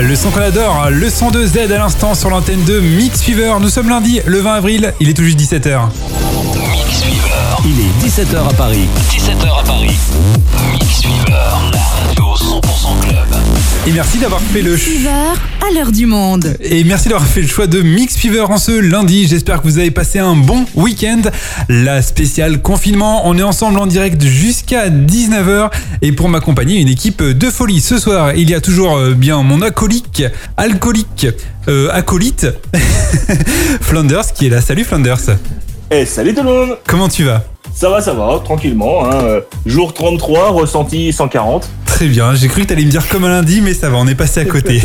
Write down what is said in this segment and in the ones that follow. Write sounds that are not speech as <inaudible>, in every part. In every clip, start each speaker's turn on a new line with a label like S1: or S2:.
S1: Le son qu'on adore, le 102 Z à l'instant sur l'antenne de Mix Fever. Nous sommes lundi, le 20 avril, il est tout juste 17h.
S2: Mix Fever,
S3: Il est 17h à Paris.
S2: 17h à Paris. Mix Fever, la radio 100% club.
S1: Et merci d'avoir fait le ch-
S4: Fever à l'heure du monde.
S1: et merci d'avoir fait le choix de Mix Fever en ce lundi. J'espère que vous avez passé un bon week-end. La spéciale confinement, on est ensemble en direct jusqu'à 19h. Et pour m'accompagner, une équipe de folie. Ce soir, il y a toujours euh, bien mon acolyte, alcoolique, euh, acolyte, <laughs> Flanders qui est là. Salut Flanders,
S5: Eh salut tout le monde
S1: comment tu vas
S5: Ça va, ça va, tranquillement. Hein. euh, Jour 33,
S1: <laughs>
S5: ressenti 140.
S1: Très bien, j'ai cru que t'allais me dire comme un lundi, mais ça va, on est passé à
S5: <laughs>
S1: côté.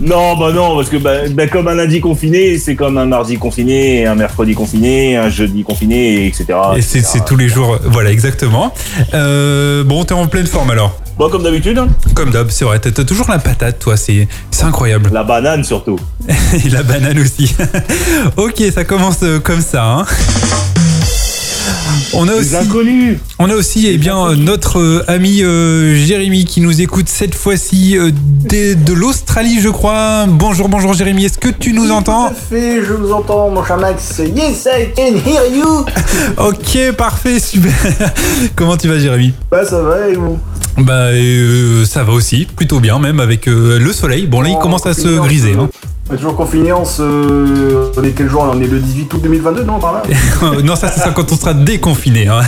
S5: non, bah non, parce que bah, bah, comme un lundi confiné, c'est comme un mardi confiné, un mercredi confiné, un jeudi confiné, etc.
S1: Et c'est
S5: etc.
S1: c'est tous les jours, voilà, exactement. Euh, bon, t'es en pleine forme alors.
S5: Bon, comme d'habitude, hein,
S1: Comme d'hab, c'est vrai, t'as t'as toujours la patate, toi, c'est c'est incroyable. <laughs>
S5: la banane surtout.
S1: Et la banane aussi. <laughs> ok, ça commence euh, comme ça. hein. On a aussi,
S5: Les inconnus
S1: on a aussi eh bien, euh, notre euh, ami euh, Jérémy qui nous écoute cette fois-ci euh, dès- de l'Australie, je crois. Bonjour, bonjour Jérémy, est-ce que tu nous entends
S6: Tout à fait, je vous entends, mon cher Max. Yes, I can hear you.
S1: Ok, parfait, super. <laughs> Comment tu vas Jérémy
S6: Bah, ça va, et vous
S1: Bah euh, ça va aussi, plutôt bien même avec euh, le soleil. Bon là il
S6: En
S1: commence à se
S6: confiné, on
S1: griser. hein. <laughs>
S6: On est toujours confiné, on se. On est quel jour là On est le 18 août 2022, non Par là
S1: Euh, non ça c'est ça quand on sera déconfiné. hein.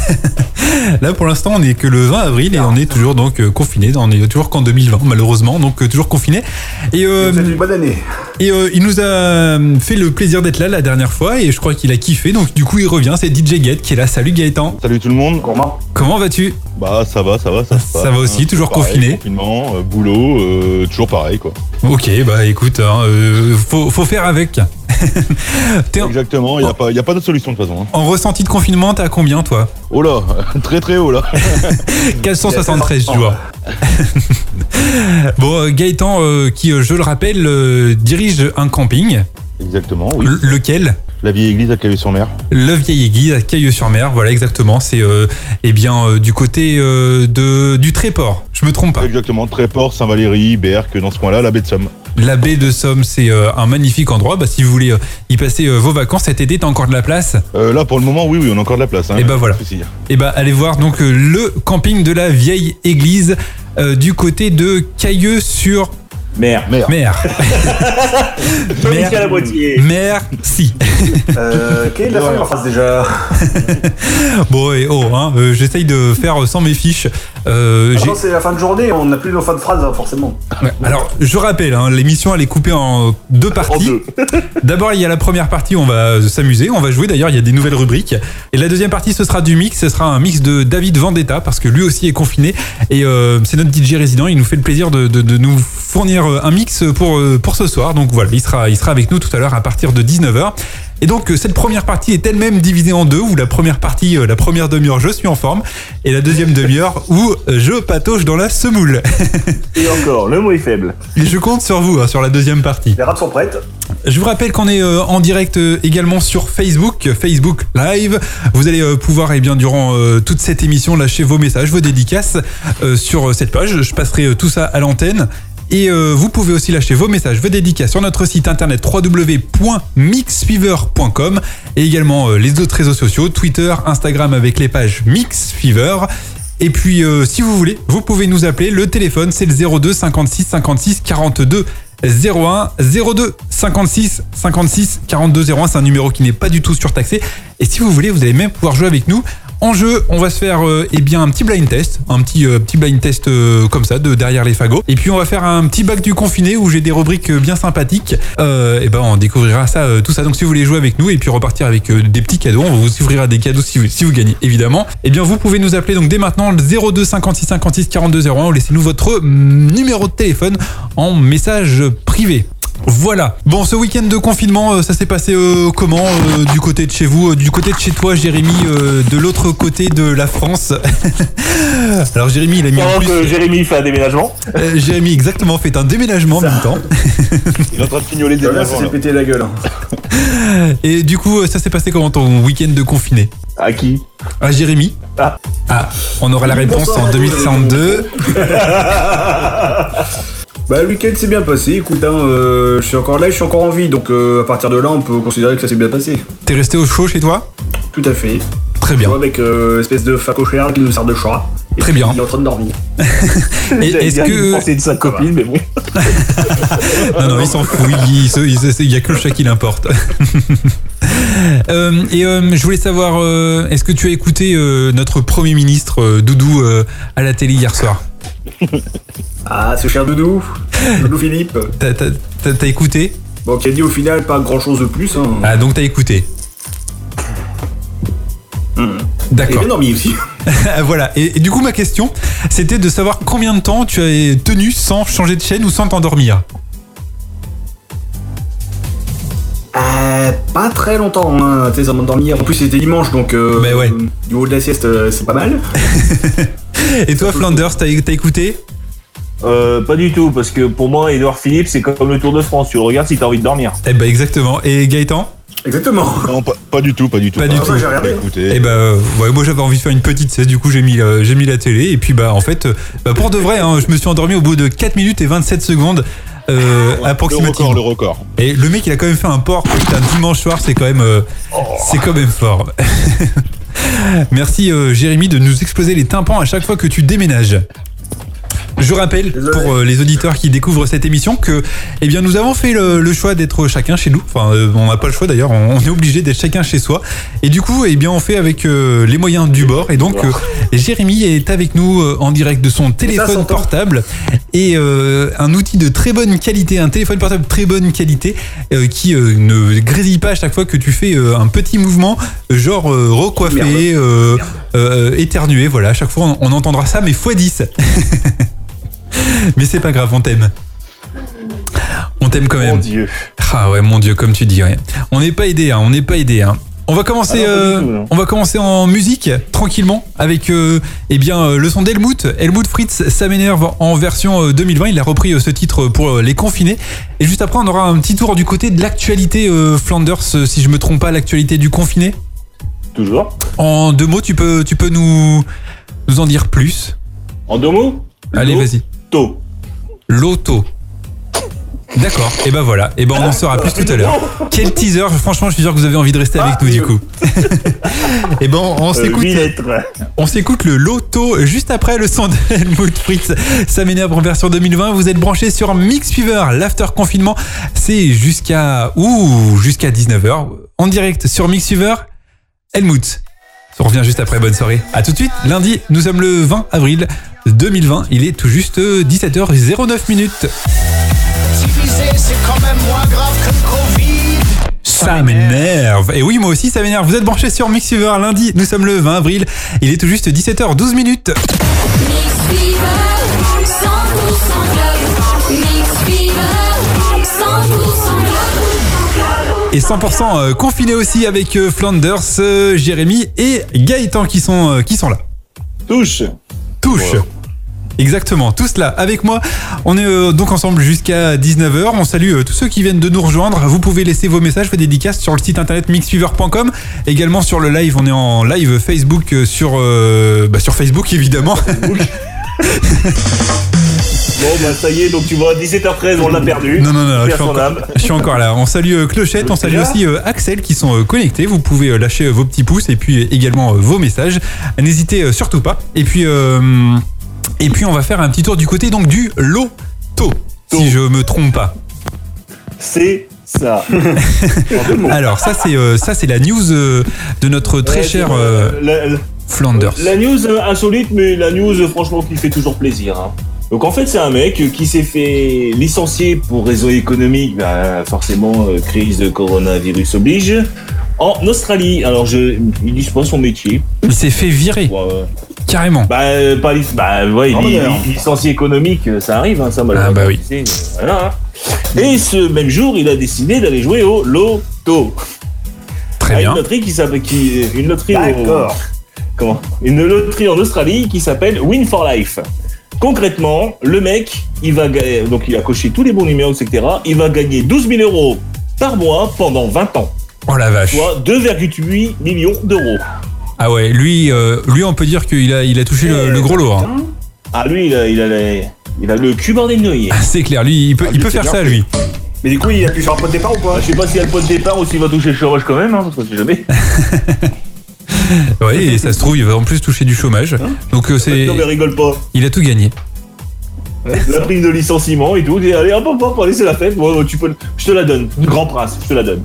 S1: <laughs> là pour l'instant on est que le 20 avril et on est toujours donc euh, confiné. On est toujours qu'en 2020 malheureusement donc euh, toujours confiné. Et, euh,
S6: Vous avez une bonne année.
S1: et euh, il nous a euh, fait le plaisir d'être là la dernière fois et je crois qu'il a kiffé donc du coup il revient. C'est DJ Get qui est là. Salut Gaëtan.
S7: Salut tout le monde.
S6: Gourmand.
S1: Comment vas-tu
S7: Bah ça va, ça va, ça se
S1: Ça
S7: passe,
S1: va aussi, toujours
S7: pareil,
S1: confiné.
S7: Confinement, euh, boulot, euh, toujours pareil quoi.
S1: Ok bah écoute hein, euh, faut, faut faire avec. T'es en,
S7: Exactement, il n'y a, pas- y a pas de solution de toute façon. hein.
S1: en ressenti de confinement t'es à combien toi
S7: Oh là, <laughs> très très haut là.
S1: 473 tu vois. bon, euh, Gaëtan, euh, qui, euh, je le rappelle, euh, dirige un camping.
S7: Exactement, oui.
S1: Le- lequel
S7: La vieille église à Calais-sur-Mer.
S1: Le Vieil Aiguille, à Cailleux-sur-Mer. Voilà, exactement. C'est euh, eh bien euh, du côté euh, de, du Tréport. Je me trompe pas.
S7: Exactement, Tréport, Saint-Valéry, Berck, dans ce coin-là, la baie de Somme.
S1: La baie de Somme, c'est euh, un magnifique endroit. Bah, si vous voulez euh, y passer euh, vos vacances cet été, t'as encore de la place.
S7: Euh, là pour le moment, oui, oui, on a encore de la place. Hein,
S1: Eh ben, voilà.
S7: Pas de souci.
S1: Et bah, allez voir donc euh, le camping de la Vieille Église euh, du côté de Cailleux-sur-Mer.
S5: Merde.
S7: Merde.
S5: Tonique
S1: Merde.
S5: à la moitié.
S1: Merci. <laughs>
S6: Euh, quelle est la
S7: Voilà.
S6: fin en face déjà
S1: Bon et oh, hein, euh, j'essaye de faire sans mes fiches. Euh, j'ai-
S6: Maintenant, c'est la fin de journée, on n'a plus nos fins de phrase, hein, forcément.
S1: Ouais, Alors, je rappelle, hein, l'émission elle est coupée en deux parties.
S5: deux.
S1: D'abord, il y a la première partie, où on va s'amuser, on va jouer. D'ailleurs, il y a des nouvelles rubriques. Et la deuxième partie, ce sera du mix. Ce sera un mix de David Vendetta parce que lui aussi est confiné et euh, c'est notre DJ résident. Il nous fait le plaisir de, de- de nous fournir euh, un mix pour euh, pour ce soir. Donc voilà, il sera il sera avec nous tout à l'heure à partir de 19h. Et donc euh, cette première partie est elle-même divisée en deux, où la première partie, euh, la première demi-heure, je suis en forme, et la deuxième demi-heure, où euh, je patauge dans la semoule. <laughs>
S5: Et encore, le mot est faible.
S1: Et je compte sur vous, hein, sur la deuxième partie.
S6: Les rats sont prêtes.
S1: Je vous rappelle qu'on est euh, en direct euh, également sur Facebook, euh, Facebook Live. Vous allez euh, pouvoir, et bien, durant euh, toute cette émission, lâcher vos messages, vos dédicaces euh, sur euh, cette page. Je passerai euh, tout ça à l'antenne. Et euh, vous pouvez aussi lâcher vos messages, vos dédicaces sur notre site internet www.mixfever.com et également euh, les autres réseaux sociaux, Twitter, Instagram avec les pages Mixfever. Et puis, euh, si vous voulez, vous pouvez nous appeler. Le téléphone, c'est le 02 56 56 42 01 02 56 56 42 01. C'est un numéro qui n'est pas du tout surtaxé. Et si vous voulez, vous allez même pouvoir jouer avec nous. En jeu, on va se faire euh, eh bien un petit blind test, un petit euh, petit blind test euh, comme ça de derrière les fagots. Et puis on va faire un petit bac du confiné où j'ai des rubriques euh, bien sympathiques. et ben on découvrira ça euh, tout ça. Donc si vous voulez jouer avec nous et puis repartir avec euh, des petits cadeaux, on vous offrira des cadeaux si vous, si vous gagnez évidemment. Et bien vous pouvez nous appeler donc dès maintenant le 02 56 56 42 01 ou laissez-nous votre mm, numéro de téléphone en message privé. Voilà. Bon, ce week-end de confinement, euh, ça s'est passé euh, comment euh, du côté de chez vous, euh, du côté de chez toi, Jérémy, euh, de l'autre côté de la France. <laughs> Alors Jérémy, il a mis en
S5: Pendant
S1: plus.
S5: que Jérémy fait un déménagement.
S1: euh, Jérémy, exactement, fait un déménagement en même temps.
S7: Il est en train de signaler des
S6: Là, ça
S7: avant, là.
S6: s'est pété la gueule. hein.
S1: Et du coup, euh, ça s'est passé comment ton week-end de confiné
S5: À qui
S1: Ah, Jérémy.
S5: Ah.
S1: Ah, on aura la réponse en 2032.
S6: Bah, le week-end s'est bien passé. Écoute, hein, euh, je suis encore là, je suis encore en vie. Donc, euh, à partir de là, on peut considérer que ça s'est bien passé.
S1: T'es resté au chaud chez toi
S6: Tout à fait.
S1: Très bien.
S6: Moi, Avec euh, espèce de facochère qui nous sert de chat. Et
S1: Très bien.
S6: Il est en train de dormir.
S1: Et
S5: J'allais
S1: est-ce
S5: dire qu'il
S1: que.
S5: pensait de sa copine, mais bon.
S1: Non, non, il s'en fout. Il, il se- il se- il y a que le chat qui l'importe. <laughs> Euh, et euh, je voulais savoir, euh, est-ce que tu as écouté euh, notre Premier ministre euh, Doudou euh, à la télé hier soir
S6: Ah, ce cher doudou. Doudou Philippe.
S1: T'as- T'as t'as- t'as écouté
S6: Bon, qui a dit au final pas grand chose de plus. Hein.
S1: Ah, donc t'as écouté.
S5: Hmm.
S6: Et
S1: D'accord.
S6: bien dormi aussi.
S1: Ah, <laughs> voilà. Et, et du coup, ma question, c'était de savoir combien de temps tu as tenu sans changer de chaîne ou sans t'endormir.
S6: Euh, pas très longtemps, hein, tu sais, avant de dormir. En plus, c'était dimanche, donc euh,
S1: Mais Ben ouais.
S6: euh, du haut de la sieste, euh, c'est pas mal.
S1: Et toi, Flanders, t'as t'as écouté
S5: Euh, pas du tout, parce que pour moi, Edouard Philippe, c'est comme le Tour de France. Tu le regardes si t'as envie de dormir.
S1: Eh ben, exactement. Et Gaëtan
S6: Exactement.
S7: Non, pas, pas du tout, pas du tout.
S1: Pas du
S6: Ah, moi,
S1: tout.
S6: j'ai regardé.
S7: Écoutez,
S1: Et bah euh, ouais, moi j'avais envie de faire une petite sieste, du coup j'ai mis, euh, j'ai mis la télé et puis bah en fait euh, bah, pour de vrai hein, je me suis endormi au bout de 4 minutes et 27 secondes euh,
S7: le record,
S1: approximativement.
S7: Ah, le record.
S1: Et le mec il a quand même fait un port putain dimanche soir c'est quand même euh, c'est quand même fort. <laughs> Merci euh, Jérémy de nous exploser les tympans à chaque fois que tu déménages. Je rappelle
S6: Désolé.
S1: pour euh, les auditeurs qui découvrent cette émission que eh bien nous avons fait le, le choix d'être chacun chez nous. Enfin euh, on n'a pas le choix d'ailleurs, on, on est obligé d'être chacun chez soi. Et du coup eh bien on fait avec euh, les moyens du bord. Et donc euh, Jérémy est avec nous euh, en direct de son téléphone
S6: s'entend.
S1: portable et euh, un outil de très bonne qualité, un téléphone portable très bonne qualité euh, qui euh, ne grésille pas à chaque fois que tu fais euh, un petit mouvement, genre euh,
S6: Merde.
S1: recoiffer, euh, euh, éternuer. Voilà, à chaque fois on, on entendra ça, mais x 10. mais c'est pas grave, on t'aime. On t'aime quand
S7: Mon
S1: même.
S7: dieu.
S1: Ah ouais, mon dieu, comme tu dis. ouais. On n'est pas aidé, hein, on n'est pas aidé. hein. On va commencer,
S5: Ah non, pas
S1: euh,
S5: du tout, non.
S1: on va commencer en musique tranquillement avec euh, eh bien euh, le son d'Helmut. Helmut Fritz, ça m'énerve en version euh, 2020. Il a repris euh, ce titre pour euh, les confinés. Et juste après, on aura un petit tour du côté de l'actualité euh, Flanders, euh, si je me trompe pas, l'actualité du confiné.
S5: Toujours.
S1: En deux mots, tu peux, tu peux nous, nous en dire plus.
S5: En deux mots
S1: Allez, vas-y.
S5: Tôt.
S1: L'auto. D'accord, et ben voilà, et ben on en saura plus tout à l'heure. Quel teaser, franchement je suis sûr que vous avez envie de rester avec nous du coup. et ben on,
S5: Euh,
S1: on s'écoute
S5: Huit lettres.
S1: on s'écoute le loto juste après le son de Helmut Fritz. Ça m'énerve en version 2020. Vous êtes branchés sur Mix Fever, l'after confinement. C'est jusqu'à ouh, jusqu'à 19h en direct sur Mix Fever. Helmut. On revient juste après, bonne soirée. À tout de suite, lundi, nous sommes le 20 avril 2020, il est tout juste 17h09 minutes. Ça m'énerve. Et oui, moi aussi, ça m'énerve. Vous êtes branchés sur Mixfever lundi. Nous sommes le 20 avril. Il est tout juste 17h12 minutes.
S3: Mix Fever, 100% club. Mix Fever, 100% club.
S1: Et 100% euh, confiné aussi avec euh, Flanders, euh, Jérémy et Gaëtan qui sont, euh, qui sont là.
S7: Touche.
S1: Touche. Exactement, tous là avec moi. On est euh, donc ensemble jusqu'à 19h. On salue euh, tous ceux qui viennent de nous rejoindre. Vous pouvez laisser vos messages, vos dédicaces sur le site internet mixfever.com. Également sur le live, on est en live Facebook euh, sur, euh, bah, sur Facebook évidemment.
S5: Bon, bah ça y est, donc tu vois, 17h13, on l'a perdu.
S1: Non, non, non, je
S5: Perd
S1: suis,
S5: son
S1: encore,
S5: âme.
S1: je suis encore là. On salue euh, Clochette, on salue aussi euh, Axel qui sont euh, connectés. Vous pouvez euh, lâcher euh, vos petits pouces et puis euh, également euh, vos messages. N'hésitez euh, surtout pas. Et puis, euh, et puis, on va faire un petit tour du côté donc du loto, si je me trompe pas.
S5: C'est ça. en deux mots.
S1: Alors, ça, c'est euh, ça, c'est la news euh, de notre très
S5: Ouais,
S1: cher
S5: c'est,
S1: euh,
S5: euh, la, la-
S1: Flanders.
S5: la news euh, insolite, mais la news euh, franchement qui fait toujours plaisir. hein. Donc en fait, c'est un mec euh, qui s'est fait licencier pour raison économique, bah, forcément euh, crise de coronavirus oblige, en Australie. Alors je, il dit pas son métier.
S1: Il s'est fait virer,
S5: Bon, euh,
S1: carrément.
S5: bah euh, pas lic- bah ouais,
S7: Ah,
S5: li-
S7: bah,
S5: li- licencié économique, euh, ça arrive, hein, ça malheureusement.
S1: bah oui.
S5: tu sais, euh, voilà, hein. Et ce même jour, il a décidé d'aller jouer au loto.
S1: Très
S5: à
S1: Eh bien.
S5: Une loterie qui s'appelle qui euh, une loterie au-
S6: D'accord.
S5: <laughs> comment une loterie en Australie qui s'appelle Win for Life. Concrètement, le mec, il va gagner, donc il a coché tous les bons numéros, etc. Il va gagner 12 000 euros par mois pendant 20 ans,
S1: Oh la vache.
S5: soit 2,8 millions d'euros.
S1: Ah ouais, lui, euh, lui, on peut dire qu'il a, il a touché le, le gros lot. hein.
S5: Ah lui, il a, il a les- Il a le cul bordé de noyer.
S1: C'est clair, lui, il peut, il
S7: lui,
S1: peut faire
S7: c'est bien
S1: ça,
S7: fait.
S1: lui.
S6: Mais du coup, il appuie sur un point de départ ou pas
S5: Je sais pas s'il a le pot de départ ou s'il va toucher le chômage quand même, hein, parce qu'on sait jamais.
S1: Oui, et ça se trouve, il va en plus toucher du chômage. Donc, euh, c'est,
S5: Hein <laughs> Non mais rigole pas.
S1: il a tout gagné.
S5: La prime de licenciement et tout. Et allez, hop, hop, hop, allez, c'est la fête. Bon, tu peux, je te la donne. Grand prince, je te la donne.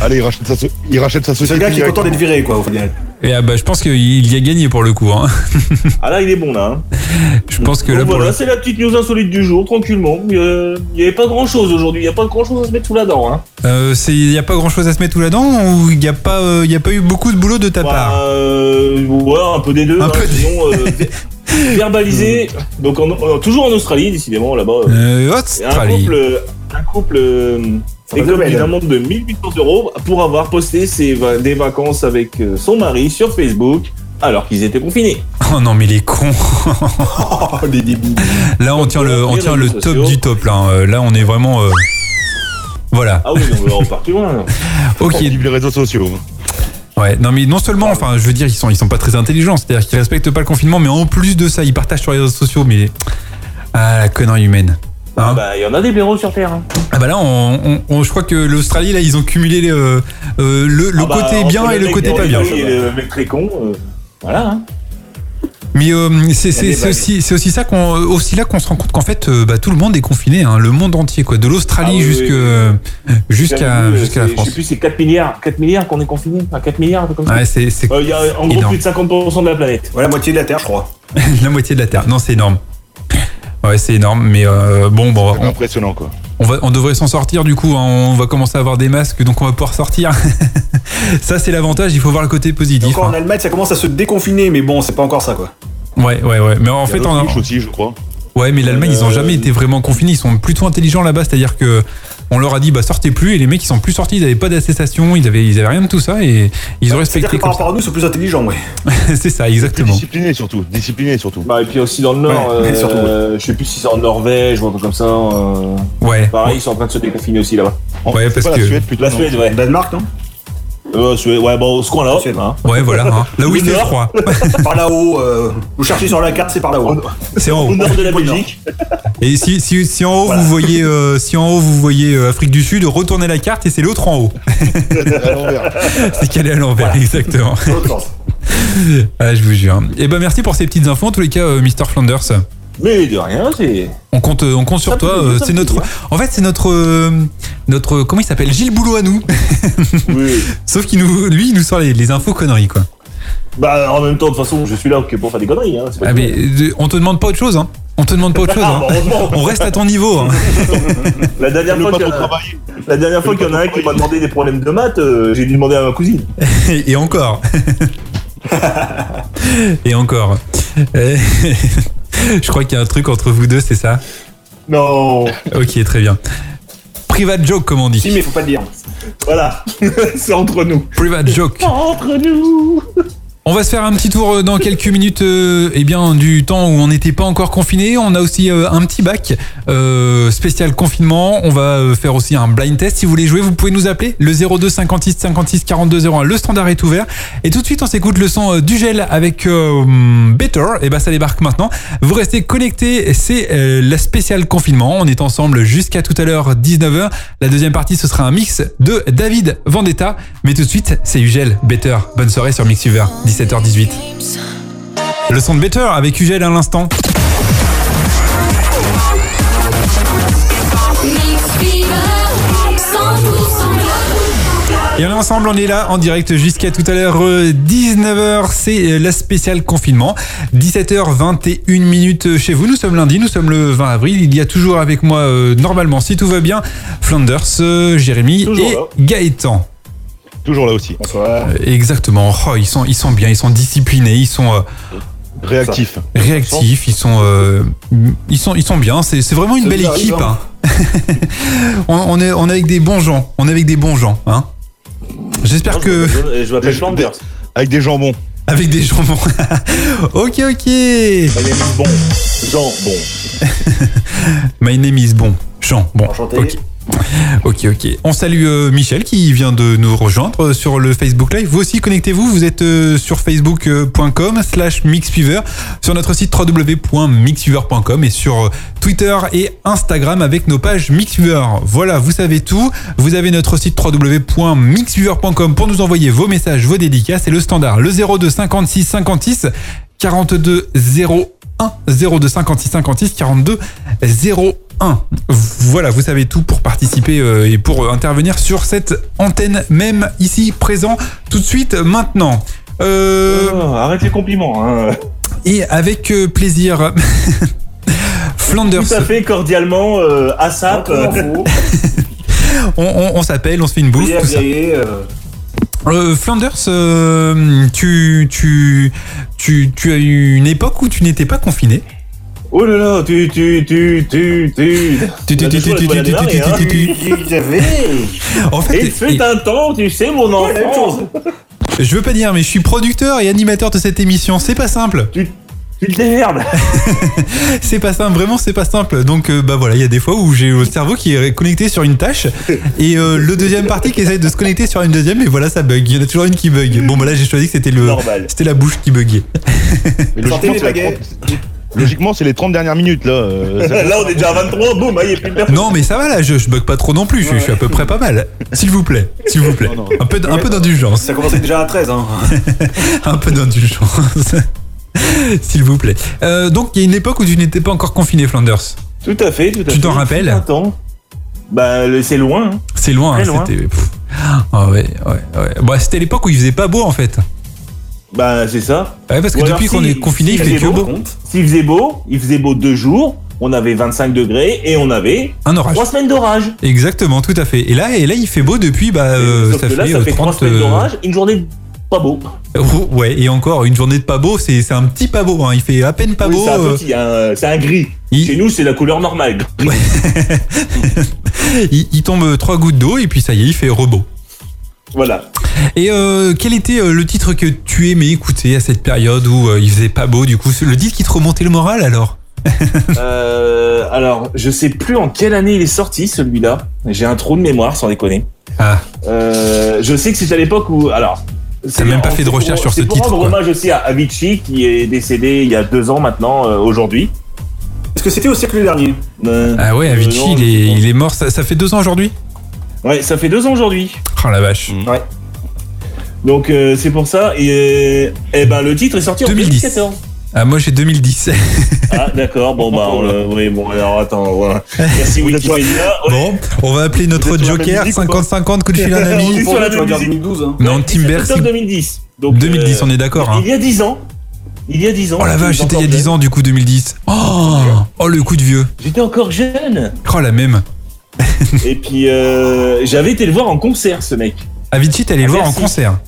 S7: Allez, il rachète sa, so- il rachète sa
S6: C'est
S7: société.
S6: le gars
S1: <laughs>
S6: qui est
S7: direct.
S6: content d'être viré, quoi, au final.
S1: Et ah bah, je pense qu'il y a gagné pour le coup. hein. <laughs>
S5: Ah là, il est bon là. hein.
S1: Je pense que
S5: Donc
S1: là, pour
S5: voilà,
S1: le...
S5: c'est la petite news insolite du jour, tranquillement. Il n'y avait pas grand chose aujourd'hui. Il n'y a pas grand chose à se mettre sous la dent. Hein.
S1: Euh, c'est- il n'y a pas grand chose à se mettre tout là-dedans ou il n'y a, pas, euh, il y a pas eu beaucoup de boulot de ta part
S5: Bah, euh, ouais, un peu des deux.
S1: Un
S5: hein,
S1: peu des-
S5: sinon, euh,
S1: <laughs>
S5: ver- verbaliser. Donc, en- en- toujours en Australie, décidément, là-bas. euh,
S1: Euh,
S5: Et un
S1: Australie.
S5: couple, un couple euh,
S6: va
S5: écopé
S6: belle.
S5: d'une amende de 1800 euros pour avoir posté ses va- des vacances avec euh, son mari sur Facebook alors qu'ils étaient confinés.
S1: <laughs> Oh non, mais les cons.
S6: Oh, les débiles.
S1: Là, on tient le, on
S5: les
S1: tient
S5: réseaux
S1: le top
S5: sociaux.
S1: du top. Là, hein. là on est vraiment. euh, Voilà.
S5: Ah oui, on repart plus
S1: Hein
S5: loin.
S1: Ok.
S7: Vive les réseaux sociaux.
S1: Ouais. Non, mais non seulement, enfin, je veux dire, ils sont, ils sont pas très intelligents. C'est-à-dire qu'ils respectent pas le confinement, mais en plus de ça, ils partagent sur les réseaux sociaux. Mais ah, la connerie humaine. Hein
S5: Ah bah, il y en a des blaireaux sur Terre. hein.
S1: Ah bah là, on, on- on- je crois que l'Australie, là, ils ont cumulé les, euh, euh, le, le
S5: Ah bah,
S1: côté
S5: entre
S1: bien et le
S5: mec
S1: côté
S5: dans
S1: pas
S5: les
S1: bien.
S5: rues Et le mec très con. euh, voilà. hein.
S1: Mais euh, c'est
S6: des
S1: c'est- c'est
S6: vagues.
S1: aussi, c'est aussi ça qu'on, aussi là qu'on se rend compte qu'en fait, euh, bah, tout le monde est confiné, hein, le monde entier, quoi, de l'Australie
S5: Ah oui,
S1: jusque euh,
S5: oui, oui.
S1: jusqu'à
S5: J'avoue, euh,
S1: jusqu'à la
S5: c'est-
S1: France.
S5: Je sais plus, c'est 4 milliards, 4 milliards qu'on est confinés. Enfin, 4 milliards, un truc comme ça.
S1: Ouais, c'est c'est
S5: Euh, Il y a en gros
S1: Énorme.
S5: plus de 50% de la planète.
S6: Voilà, la moitié de la Terre, je crois.
S1: <laughs> la moitié de la Terre. Non, c'est énorme. Ouais, c'est énorme, mais euh, bon, bon,
S7: C'est
S1: on,
S7: impressionnant, quoi.
S1: on va, on devrait s'en sortir du coup. hein, on va commencer à avoir des masques, donc on va pouvoir sortir. <laughs> ça, c'est l'avantage. Il faut voir le côté
S6: Et
S1: positif.
S6: encore en
S1: hein.
S6: Allemagne, ça commence à se déconfiner, mais bon, c'est pas encore ça, quoi.
S1: Ouais, ouais, ouais. Mais en
S7: Il y a
S1: fait, on,
S7: l'Autriche aussi, je crois.
S1: Ouais, mais l'Allemagne, ils ont
S5: Euh,
S1: jamais été vraiment confinés. Ils sont plutôt intelligents là-bas, c'est-à-dire que on leur a dit bah sortez plus et les mecs ils sont plus sortis. Ils n'avaient pas d'association, ils avaient, ils avaient rien de tout ça et ils ont
S6: C'est-à-dire que
S1: respecté comme
S6: par
S1: ça.
S6: rapport à nous, ils sont plus intelligents, ouais.
S1: <laughs> C'est ça,
S7: Plus
S1: exactement.
S7: discipliné, surtout. Discipliné, surtout.
S5: Bah, et puis aussi dans le Nord,
S6: Ouais, mais surtout,
S5: euh, je sais plus si c'est en Norvège ou un truc comme ça. euh,
S1: Ouais.
S5: pareil, ils sont en train de se déconfiner aussi là-bas.
S7: En-
S1: Ouais,
S7: c'est
S1: parce
S7: pas
S1: que-
S7: la Suède, plutôt.
S5: La
S7: non.
S5: Suède, ouais.
S6: Danemark, non
S5: Euh, Suède, ouais, bon, ce coin-là.
S6: Suède.
S5: hein.
S1: Ouais, voilà. hein. Là où il fait
S5: Nord.
S1: froid, <laughs>
S6: Par là-haut, euh, vous cherchez sur la carte, c'est par là-haut.
S1: c'est en
S5: Au
S1: haut.
S5: nord de la Belgique.
S1: Et si, si, si en haut
S6: Voilà.
S1: vous voyez, euh, si en haut vous voyez euh, Afrique du Sud, retournez la carte et c'est l'autre en haut.
S7: À l'envers.
S1: <laughs> C'est qu'elle est à l'envers, exactement. <laughs>
S6: Dans l'autre sens.
S1: Ah, je vous jure. Et ben merci pour ces petites infos. En tous les cas, euh, Mr Flanders.
S5: Mais de rien, c'est.
S1: On compte, on compte sur
S5: Ça me
S1: toi.
S5: fait plaisir,
S1: euh,
S5: ça
S1: C'est
S5: me fait
S1: notre, en fait, c'est notre, euh, notre, comment il s'appelle, Gilles Boulot à nous. <laughs>
S5: Oui.
S1: Sauf qu'il nous, lui, il nous sort les, les infos conneries, quoi.
S5: Bah, en même temps, de toute façon, je suis là que pour faire des conneries. Hein. c'est pas
S1: Ah,
S5: tout.
S1: mais euh, on te demande pas autre chose, hein. On te demande pas autre chose,
S5: Ah,
S1: hein.
S5: bah, heureusement.
S1: On reste à ton niveau,
S5: <laughs>
S1: hein.
S5: La dernière
S7: <laughs> Le
S5: fois qu'il y,
S7: patron
S5: en a-
S7: travaille.
S5: la dernière fois qu'il y en a un qui m'a demandé des problèmes de maths, euh, j'ai dû demander à ma cousine.
S1: Et, et encore. <laughs> et encore. <laughs> Euh, Je crois qu'il y a un truc entre vous deux, c'est ça
S5: Non.
S1: Ok, très bien. Private joke, comme on
S6: Si,
S1: dit.
S6: mais faut pas
S1: <laughs>
S6: le dire.
S5: Voilà. c'est entre nous.
S1: Private joke.
S5: Entre nous.
S1: On va se faire un petit tour euh, dans quelques minutes euh, eh bien, du temps où on n'était pas encore confiné. On a aussi euh, un petit bac euh, spécial confinement. On va euh, faire aussi un blind test. Si vous voulez jouer, vous pouvez nous appeler le 02 56 56 42 01. Le standard est ouvert. Et tout de suite, on s'écoute le son euh, du gel avec euh, hum, Better. Et eh ben, ça débarque maintenant. Vous restez connectés. C'est euh, la spéciale confinement. On est ensemble jusqu'à tout à l'heure 19h. La deuxième partie, ce sera un mix de David Vendetta. Mais tout de suite, c'est Ugel Better. Bonne soirée sur Mixuver 17h18. Le son de Better avec Ugel à l'instant.
S3: Mix Fever, 100% club.
S1: Et on est ensemble, on est là en direct jusqu'à tout à l'heure euh, 19h, c'est euh, la spéciale confinement. 17h21 minutes euh, chez vous, nous sommes lundi, nous sommes le 20 avril, il y a toujours avec moi euh, normalement si tout va bien Flanders, euh, Jérémy
S5: Toujours
S1: et
S5: là.
S1: Gaëtan.
S7: Toujours là aussi.
S6: Bonsoir.
S1: Euh, Exactement, Oh, ils sont ils sont bien, ils sont disciplinés, ils sont euh,
S7: Réactif.
S1: réactifs, ils sont, euh, ils sont, ils sont bien. C'est c'est vraiment une
S6: Ça
S1: belle
S6: nous arrive,
S1: équipe. hein. <laughs> on, on est, on est avec des bons gens. On est avec des bons gens. Hein. J'espère
S5: Non,
S1: que
S5: Je m'appelle- je m'appelle Flanders.
S7: Avec des jambons.
S1: avec des gens bons. <laughs> ok, ok.
S5: Mais bon. Jean, bon.
S1: My name is bon. Jean, bon.
S6: Enchanté.
S1: ok. Ok, ok. On salue euh, Michel qui vient de nous rejoindre euh, sur le Facebook Live. Vous aussi, connectez-vous. Vous êtes euh, sur facebook.com slash mixfever, sur notre site www.mixfever.com et sur euh, Twitter et Instagram avec nos pages Mixfever. Voilà, vous savez tout. Vous avez notre site www.mixfever.com pour nous envoyer vos messages, vos dédicaces et le standard, le 02 56 56 42 0 1 02 56 56 42 01. Voilà, vous savez tout pour participer euh, et pour euh, intervenir sur cette antenne même ici présent tout de suite maintenant. Euh,
S5: Ah, arrête les compliments. Hein.
S1: et avec euh, plaisir. <laughs> Flanders,
S5: Tout à fait cordialement, euh, ASAP.
S6: Comment faut
S1: on, on- on s'appelle, on se fait une bouffe,
S6: Hier,
S1: tout ça.
S6: hier, euh,
S1: Euh, Flanders, euh, tu, tu, tu, tu as eu une époque où tu n'étais pas confiné.
S5: Oh là là, tu, tu, tu, tu, tu.
S1: Tu- tu-
S5: On a
S1: tu-
S5: toujours
S1: tu-
S5: Bah, la
S1: tu-
S5: toile
S1: tu-
S5: à démarrer,
S1: tu-
S5: hein.
S1: tu- tu-
S6: Vous avez
S1: En fait,
S5: Il fut un temps, tu sais, mon enfant.
S1: je veux pas dire, mais je suis producteur et animateur de cette émission. C'est pas simple.
S5: Tu te démerdes.
S1: C'est pas simple, vraiment c'est pas simple. Donc euh, bah voilà, il y a des fois où j'ai le cerveau qui est connecté sur une tâche et euh, le deuxième parti qui essaye de se connecter sur une deuxième et voilà ça bug. Il y en a toujours une qui bug. Bon bah là j'ai choisi que c'était le
S5: Normal.
S1: c'était la bouche qui buguait.
S7: Mais
S6: Sortez
S7: logiquement,
S6: les
S7: c'est la
S6: baguettes.
S7: 30 logiquement, c'est les 30 dernières minutes, <laughs> là. euh, ça-
S5: Là, on est déjà à 23, boum, ah, il n'y a plus de personne.
S1: Non mais ça va là, je, je bug pas trop non plus. Je, je suis à peu près pas mal. S'il vous plaît, s'il vous plaît.
S7: Non, non.
S1: Un peu d- un peu d'indulgence.
S6: Ça commençait déjà à 13, hein.
S1: un peu d'indulgence. <laughs> S'il vous plaît. Euh, donc il y a une époque où tu n'étais pas encore confiné Flanders.
S5: Tout à fait, tout à fait.
S1: Tu t'en rappelles
S5: Un temps. Bah, le- c'est loin. hein.
S1: C'est loin,
S5: Très
S1: hein,
S5: loin.
S1: c'était pff. Ah ouais, ouais, ouais. Bah, c'était l'époque où il faisait pas beau en fait. Ah
S5: Bah, c'est ça.
S1: Ouais, parce que
S5: Ou alors
S1: depuis qu'on
S5: si-
S1: est confiné,
S5: si
S1: il faisait
S5: il
S1: que
S5: est
S1: beau.
S5: bon. S'il faisait beau, il faisait beau deux jours, on avait 25 degrés et on avait
S1: Un orage.
S5: trois semaines d'orage.
S1: Exactement, tout à fait. Et là, et là, il fait beau depuis, bah, euh,
S5: Sauf
S1: ça,
S5: que
S1: fait,
S5: là, ça
S1: euh,
S5: fait trois
S1: 30.
S5: semaines
S1: euh,
S5: d'orage, une journée de pas beau.
S1: oh, ouais, et encore, une journée de pas beau, c'est c'est un petit pas beau, hein. Il fait à peine pas
S5: Oui,
S1: beau.
S5: c'est un
S1: euh,
S5: petit, hein, c'est un gris. Chez
S1: il,
S5: nous, c'est la couleur normale. Gris.
S1: il- il tombe euh, trois gouttes d'eau, et puis ça y est, il fait rebond.
S5: Voilà.
S1: Et euh, quel était euh, le titre que tu aimais écouter à cette période où euh, il faisait pas beau, du coup c'est Le titre qui te remontait le moral alors
S5: Euh, alors, je sais plus en quelle année il est sorti celui-là. J'ai un trou de mémoire, sans déconner.
S1: Ah,
S5: Euh, je sais que c'était à l'époque où. Alors. c'est-
S1: même pas fait de
S5: c'est
S1: recherche sur
S5: pour-
S1: ce
S5: c'est
S1: titre,
S5: Pour
S1: quoi.
S5: rendre hommage aussi à Avicii, qui est décédé il y a deux ans maintenant, euh, aujourd'hui.
S6: Est-ce que c'était au siècle dernier
S5: Euh,
S1: ah ouais, Avicii,
S5: euh, non,
S1: il, est,
S5: non.
S1: il est mort, ça, ça fait deux ans aujourd'hui Ah.
S5: Ouais, ça fait deux ans aujourd'hui.
S1: Oh la vache.
S5: Donc euh, c'est pour ça. Et, eh ben le titre est sorti
S1: 2010.
S5: en 2014.
S1: Ah, moi j'ai 2010.
S5: Ah d'accord. Bon bah on, euh, oui bon alors attends.
S1: <laughs>
S5: Voilà. Merci Wikipédia.
S1: <laughs>
S5: Ouais,
S1: Bon, on va appeler notre
S7: êtes sur la
S1: Joker,
S7: même musique ou pas
S1: 50-50, coup de fil à un
S5: On
S6: <laughs>
S1: ami.
S5: est sur la
S6: tu
S5: même
S6: regardes
S5: musique.
S6: 2012, hein.
S1: Non,
S5: c'est
S1: Timber,
S5: octobre 2010. Donc,
S1: 2010,
S5: euh,
S1: on est d'accord. Hein.
S5: Il y a 10 ans. Il y a 10 ans.
S1: Oh la vache, c'était il y a 10 ans du coup 2010. Oh, oh le coup de vieux.
S5: J'étais encore jeune.
S1: Oh la même.
S5: Et puis euh, j'avais été le voir en concert ce mec.
S1: Avicii, t'es allé
S5: Ah,
S1: le voir en
S5: merci.
S1: concert.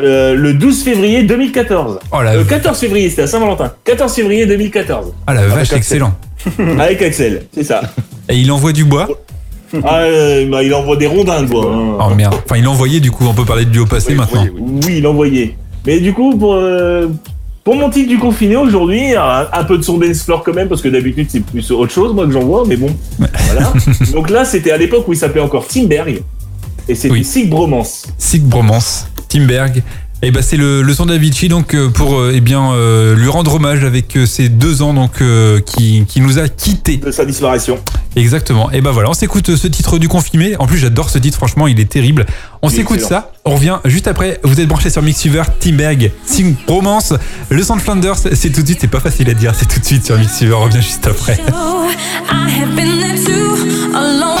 S5: Euh, le 12 février 2014.
S1: Oh la,
S5: Le 14 Euh, février, c'était à Saint-Valentin. 14 février 2014.
S1: ah, la vache,
S5: Axel.
S1: excellent. Hum.
S5: Avec Axel, c'est ça.
S1: Et il envoie du bois.
S5: Ah, euh, bah, il envoie des rondins, le bois. hein.
S1: Oh merde. Enfin, il envoyait du coup, on peut parler de duo passé
S7: oui,
S1: maintenant.
S7: oui, oui.
S5: Oui, l'envoyer. Mais du coup, pour, euh, pour mon titre du confiné aujourd'hui, un, un peu de son dance floor quand même, parce que d'habitude c'est plus autre chose, moi que j'en vois, mais bon.
S1: <laughs>
S5: Voilà. Donc là, c'était à l'époque où il s'appelait encore Timberg. Et c'était
S1: Oui.
S5: Sig Bromance.
S1: Sig Bromance, Timberg. Et bah c'est le, le son d'Avicii donc euh, pour euh, eh bien euh, lui rendre hommage avec euh, ses deux ans donc euh, qui, qui nous a quittés.
S5: de sa disparition.
S1: Exactement. Et ben voilà, on s'écoute ce titre du confirmé. En plus, j'adore ce titre, franchement, il est terrible. On
S5: Il est
S1: s'écoute
S5: excellent.
S1: ça. On revient juste après. Vous êtes branchés sur Mixfever, Timberg, Sing Romance, Le Sang de Flanders. C'est tout de suite, c'est pas facile à dire, c'est tout de suite sur Mixfever. On revient juste après.
S3: Oh, I have been there too alone.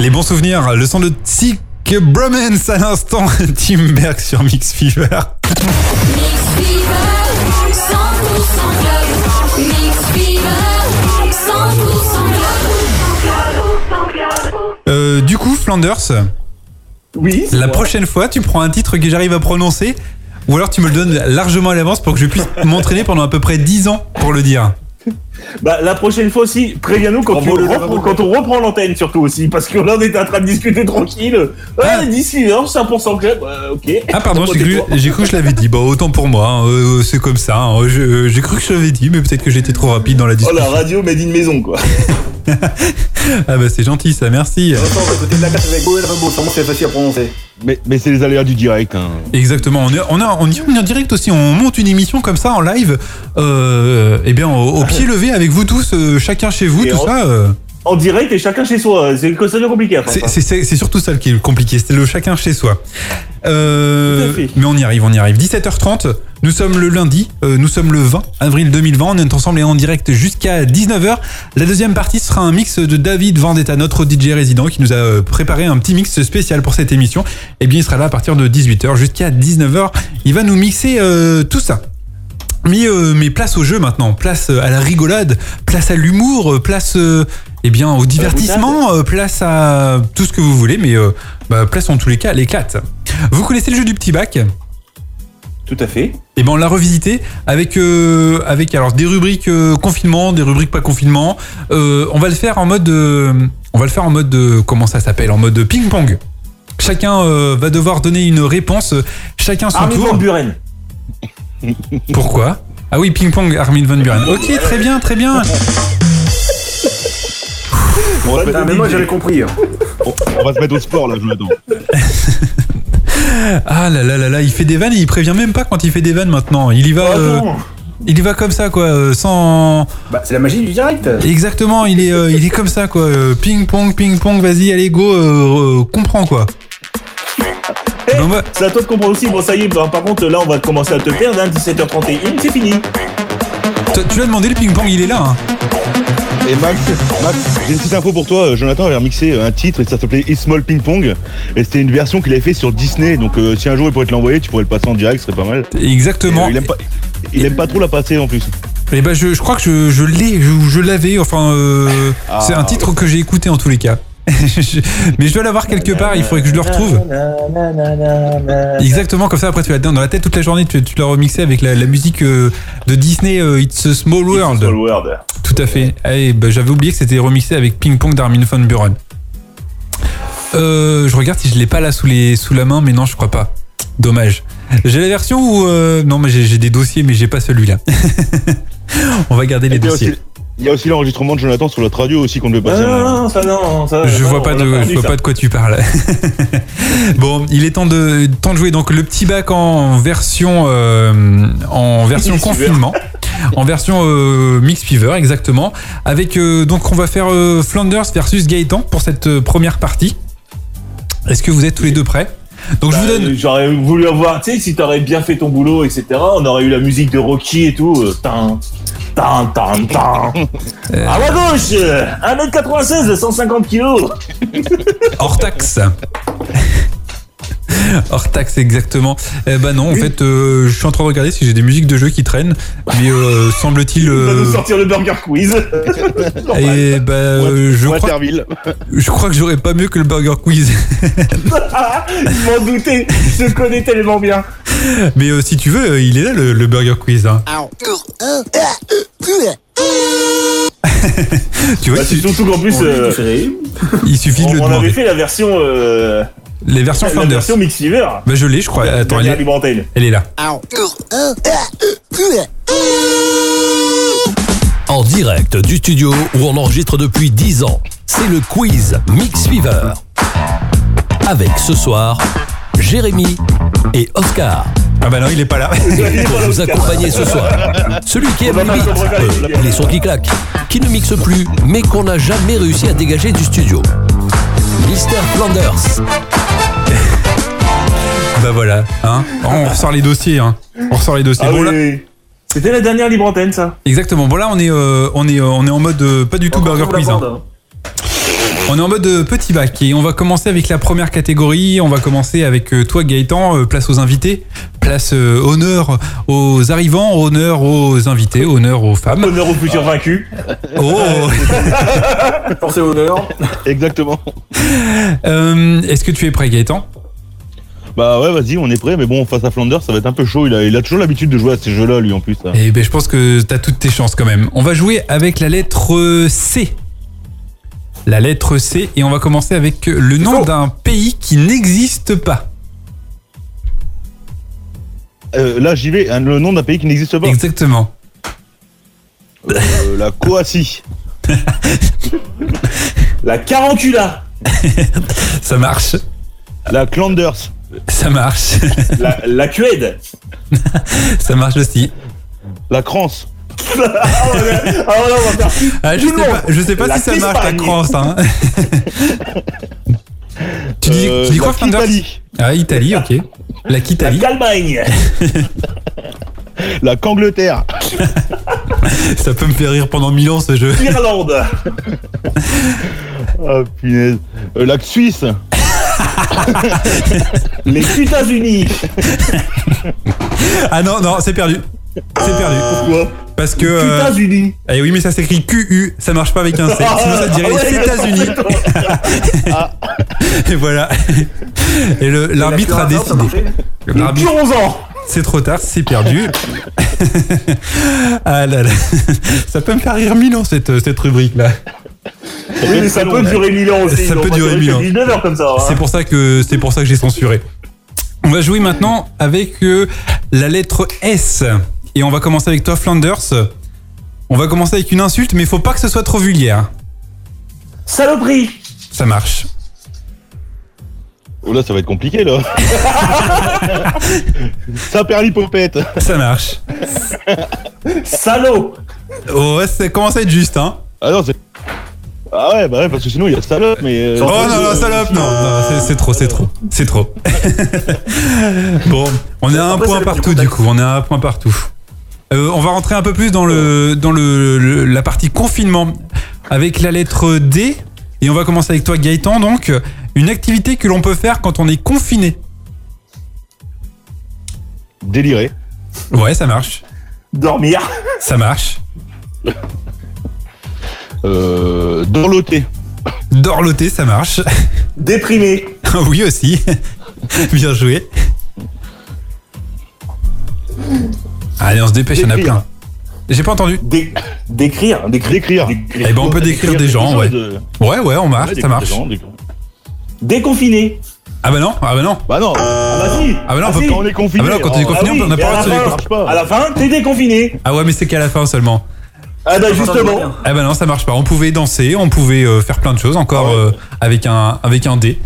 S1: Les bons souvenirs, le son de Sick Bromance à l'instant, <laughs> Timberg sur Mixfever.
S3: Mix Fever, 100% club. Mix Fever, 100% club.
S1: Euh, du coup, Flanders,
S5: Oui.
S1: la prochaine fois, tu prends un titre que j'arrive à prononcer. Ou alors tu me le donnes largement à l'avance pour que je puisse <laughs> m'entraîner pendant à peu près 10 ans pour le dire.
S5: Bah, la prochaine fois aussi, préviens-nous quand,
S6: Bravo,
S5: tu
S6: le-
S5: reprends- quand on reprend l'antenne, surtout aussi, parce que là on était en train de discuter tranquille.
S1: Ah.
S5: Ah, d'ici là, 100% club. euh, ok.
S1: Ah pardon, j'ai cru,
S5: Protège-toi.
S1: j'ai cru que je l'avais dit. Bon, autant pour moi, hein, euh, c'est comme ça. hein, je- J'ai cru que je l'avais dit, mais peut-être que j'étais trop rapide dans la
S5: Oh
S1: discussion.
S5: la radio made in maison, quoi.
S1: Ah bah c'est gentil ça, merci.
S6: Attends, à côté de la carte avec Goël Rimbaud, sûrement c'est facile à prononcer.
S7: Mais, mais c'est les aléas du direct. hein.
S1: Exactement, on, est, on, a, on y revient en direct aussi, on monte une émission comme ça en live, euh, eh bien au, au pied levé avec vous tous, euh, chacun chez vous,
S5: Ah Et
S1: tout
S5: on-
S1: ça. euh,
S5: En direct et chacun chez soi. C'est que ça devient compliqué. après.
S1: c'est- c'est c'est- c'est surtout ça qui est compliqué, c'est le chacun chez soi. Euh,
S5: Tout à fait.
S1: mais on y arrive, on y arrive. 17h30, nous sommes le lundi, euh, nous sommes le 20 avril 2020, on est ensemble et en direct jusqu'à 19h. La deuxième partie sera un mix de David Vendetta, notre DJ résident, qui nous a euh, préparé un petit mix spécial pour cette émission. Eh bien, il sera là à partir de 18h jusqu'à 19h. Il va nous mixer euh, tout ça. Mais, euh, mais place au jeu maintenant, place euh, à la rigolade, place à l'humour, euh, place euh, eh bien, au divertissement, euh, place à tout ce que vous voulez, mais euh, bah, place en tous les cas à l'éclate. Vous connaissez le jeu du petit bac
S5: Tout à fait.
S1: et ben on l'a revisité avec euh, avec alors des rubriques euh, confinement, des rubriques pas confinement. Euh, on va le faire en mode euh, on va le faire en mode euh, comment ça s'appelle en mode ping pong. Chacun euh, va devoir donner une réponse. Chacun son
S5: Armin
S1: tour.
S5: Van Buren.
S1: Pourquoi Ah oui, ping pong, Armin von Buren. Ok, très bien, très bien.
S5: Fan de
S6: Putain, mais moi
S5: DJ.
S6: j'avais compris. hein.
S7: On, on va se mettre au sport là, je m'attends.
S1: Ah là là là là, il fait des vannes, et il prévient même pas quand il fait des vannes maintenant. Il y va,
S5: Ah
S1: euh,
S5: non.
S1: il y va comme ça quoi, euh, sans.
S6: Bah, c'est la magie du direct.
S1: Exactement, il est, euh, il est comme ça quoi. Euh, ping pong, ping pong, vas-y, allez go, euh, euh, comprends quoi.
S5: Eh,
S1: Ben, moi-
S5: C'est à toi de comprendre aussi. Bon, ça y est, bah, par contre, là, on va commencer à te perdre. hein. 17h31, c'est fini.
S1: toi, tu l'as demandé le ping pong, il est là. hein.
S7: Et Max, Max, j'ai une petite info pour toi. euh, Jonathan avait remixé euh, un titre et ça s'appelait It's Small Ping Pong. Et c'était une version qu'il avait fait sur Disney. Donc euh, si un jour il pourrait te l'envoyer, tu pourrais le passer en direct, ce serait pas mal. Et,
S1: Exactement.
S7: euh, il, aime pas, il aime pas trop la passer en plus.
S1: Et bah je, je crois que je, je l'ai, je, je l'avais. Enfin, euh,
S7: Ah.
S1: c'est un titre que j'ai écouté en tous les cas. <laughs> Je- Mais je dois l'avoir quelque part. Il faudrait que je le retrouve. Exactement comme ça. Après, tu l'as dans la tête toute la journée. Tu, tu l'as remixé avec la, la musique euh, de Disney. euh, It's a Small World.
S5: Small World.
S1: Tout à fait. Eh ben, J'avais oublié que c'était remixé avec Ping Pong d'Armin von Buren. Euh, je regarde si je l'ai pas là sous, les, sous la main, mais non, je crois pas. Dommage. J'ai la version où. euh, non, mais j'ai j'ai des dossiers, mais j'ai pas celui-là. <laughs> On va garder les
S7: Il y a
S1: dossiers.
S7: aussi- Il y a aussi l'enregistrement de Jonathan sur notre radio aussi qu'on devait
S5: Non,
S1: Euh,
S7: passer.
S5: non,
S7: en-
S5: non, ça, non. Ça,
S1: Je
S5: non,
S1: vois pas
S5: on
S1: de,
S5: a
S1: je
S5: perdu
S1: vois
S5: ça.
S1: pas de quoi tu parles. <laughs> bon, il est temps de, temps de jouer. Donc le petit bac en version, euh, en version
S5: Mix Fever.
S1: confinement, en version euh, mix fever exactement. Avec euh, donc on va faire euh, Flanders versus Gaëtan pour cette euh, première partie. Est-ce que vous êtes tous les deux prêts Donc je vous
S5: Bah,
S1: donne.
S5: J'aurais voulu avoir, tu sais, si t'aurais bien fait ton boulot, etc., on aurait eu la musique de Rocky et tout. euh, Tin, tin, tin, tin. À ma gauche, euh, 1m96, 150 kg.
S1: Hors taxe. <laughs> Hors taxe, exactement. Eh ben non, en fait, euh, je suis en train de regarder si j'ai des musiques de jeu qui traînent, mais euh,
S5: <laughs>
S1: semble-t-il.
S5: On va
S1: euh,
S5: nous sortir le Burger Quiz. <laughs> Normal.
S1: Et bah, euh, je, crois,
S7: Waterville.
S1: je crois que j'aurais pas mieux que le Burger Quiz. <laughs>
S5: Je m'en doutais, je te connais tellement bien.
S1: Mais euh, si tu veux, euh, il est là le, le Burger Quiz. hein. <laughs> tu vois,
S5: Bah, c'est
S1: tu-
S5: surtout qu'en plus, euh,
S1: il suffit de
S5: on,
S1: le
S5: on avait
S1: demander.
S5: fait la version, euh,
S1: Les versions
S5: la
S1: Flanders.
S5: version Mix Fever.
S1: Bah, je l'ai, je crois. Attends, elle
S5: Daniel
S1: est,
S5: Librantelle.
S1: elle est là.
S5: Ah.
S2: En direct du studio où on enregistre depuis 10 ans, c'est le quiz Mix Fever. Avec ce soir, Jérémy et Oscar.
S1: Ah bah non, il est pas là. <laughs>
S2: Pour vous accompagner ce soir, celui qui aime les beats, euh, les sons qui claquent, qui ne mixe plus, mais qu'on n'a jamais réussi à dégager du studio. Mister Flanders.
S1: bah voilà. Hein. On ressort les dossiers. Hein. On ressort les dossiers.
S5: Ah
S1: Bon,
S5: oui,
S1: là-
S5: oui. C'était la dernière libre antenne, ça.
S1: exactement. Bon là, on est, euh, on est, euh, on est en mode euh, pas du tout
S6: Encore
S1: Burger
S6: toute la
S1: Quiz. hein.
S6: bande, hein.
S1: On est en mode euh, petit bac et on va commencer avec la première catégorie. On va commencer avec euh, toi Gaëtan, Euh, place aux invités, place euh, honneur aux arrivants, honneur aux invités, honneur aux femmes.
S5: Honneur aux futurs vaincus.
S6: <laughs>
S1: Oh
S6: Force et honneur.
S7: <laughs> Exactement.
S1: Euh, Est-ce que tu es prêt Gaëtan
S7: Bah ouais, vas-y, on est prêt. Mais bon, face à Flanders, ça va être un peu chaud. Il a, il a toujours l'habitude de jouer à ces jeux-là, lui en plus. hein. là.
S1: Eh ben je pense que t'as toutes tes chances quand même. On va jouer avec la lettre euh, C. La lettre C et on va commencer avec le nom
S6: faux.
S1: d'un pays qui n'existe pas.
S7: Euh, là, j'y vais. hein, le nom d'un pays qui n'existe pas.
S1: Exactement.
S7: Euh, la Croatie.
S1: <laughs>
S5: La Carantula,
S1: Ça marche.
S7: La Clanders.
S1: Ça marche. <laughs>
S5: la, la Cuède.
S1: Ça marche aussi.
S7: La Crance.
S5: Ah, on va- ah, voilà, on va faire-
S1: Ah, je,
S5: Tout
S1: sais
S5: le monde.
S1: pas, je sais pas
S5: La
S1: si ça marche la
S5: Crispagne.
S1: crance.
S5: <laughs>
S1: hein. tu dis,
S7: Euh,
S1: tu dis quoi,
S7: la
S1: Flanders
S7: Italie.
S1: Ah, Italie, ok. La
S5: La
S1: Kitalie.
S5: Calmagne.
S1: <laughs>
S7: La Cangleterre.
S1: Ça peut me faire rire pendant mille ans ce jeu.
S5: L'Irlande.
S7: Ah punaise. Euh, la Suisse.
S5: Les États-Unis.
S1: Ah non, non, c'est perdu. C'est perdu.
S5: Quoi
S1: Parce que. euh,
S5: États-Unis.
S1: eh oui, mais ça s'écrit QU, ça marche pas avec un C. Sinon, ça dirait
S5: Ah ouais,
S1: les États-Unis. <laughs> Et voilà. Et le- l'arbitre a
S6: Puis, ça
S1: décidé.
S6: marchait.
S1: L'arbitre-
S5: Durons ans.
S1: C'est trop tard, c'est perdu. <laughs> ah là là, ça peut me faire rire mille ans cette, cette rubrique là.
S5: Oui, mais ça peut durer 1000 ans aussi.
S1: Ça
S5: donc
S1: peut
S5: on va
S1: durer
S5: durer
S1: 1000
S5: jusqu'à
S1: ans.
S5: 19 heures comme ça. hein.
S1: C'est pour ça que c'est pour ça que j'ai censuré. On va jouer maintenant avec euh, la lettre S et on va commencer avec toi Flanders. On va commencer avec une insulte, mais faut pas que ce soit trop vulgaire.
S5: Saloperie.
S1: Ça marche.
S7: Oh là, ça va être compliqué là. <laughs> ça perd l'hypopète.
S1: Ça marche.
S5: Salaud.
S1: Oh, ouais, ça commence à être juste, hein.
S7: Ah non, c'est. Ah ouais, bah ouais, parce que sinon il y a salope, mais. euh,
S1: Oh non, non, salope, non, non, c'est- c'est trop, c'est trop, c'est <laughs> trop. bon, on est à un
S6: Après,
S1: point
S6: c'est le
S1: partout
S6: plus
S1: du coup, on est à un point partout. Euh, on va rentrer un peu plus dans, le, dans le, le- la partie confinement avec la lettre D. Et on va commencer avec toi Gaëtan, donc. Une activité que l'on peut faire quand on est confiné.
S7: Déliré.
S1: Ouais, ça marche.
S5: Dormir.
S1: Ça marche.
S7: Euh. Dorloté.
S1: Dorloter, ça marche. <laughs>
S5: Déprimé.
S1: oui aussi. <laughs> Bien joué. Allez, on se dépêche, il y en a
S7: Décrire.
S1: plein. J'ai pas entendu.
S5: Dé- Décrire. Décrire.
S7: Décrire.
S1: Eh ben, on peut décrire des gens, ouais.
S7: choses, euh,
S1: Ouais, ouais, on
S7: ouais,
S1: marche,
S7: décrire
S1: ça
S7: des
S1: marche.
S7: gens, décrire-
S5: Déconfiné.
S1: Ah bah non, ah bah non.
S7: Bah non,
S5: Ah bah si.
S1: Ah bah non, on peut
S5: si.
S7: quand on est confiné.
S1: Ah bah non, quand on est
S7: alors,
S5: Ah
S1: confiné,
S5: oui,
S1: on n'a
S5: mais
S1: pas
S5: à
S1: le droit
S5: la
S1: de se
S5: fin,
S1: déclarer.
S7: marche pas.
S5: À la fin, t'es déconfiné.
S1: Ah ouais, mais c'est qu'à la fin seulement.
S5: Ah bah
S6: Ça marchait
S5: justement.
S6: bien.
S1: Ah bah non, ça marche pas. On pouvait danser, on pouvait euh, faire plein de choses encore
S7: Ah
S1: euh, avec un avec un dé.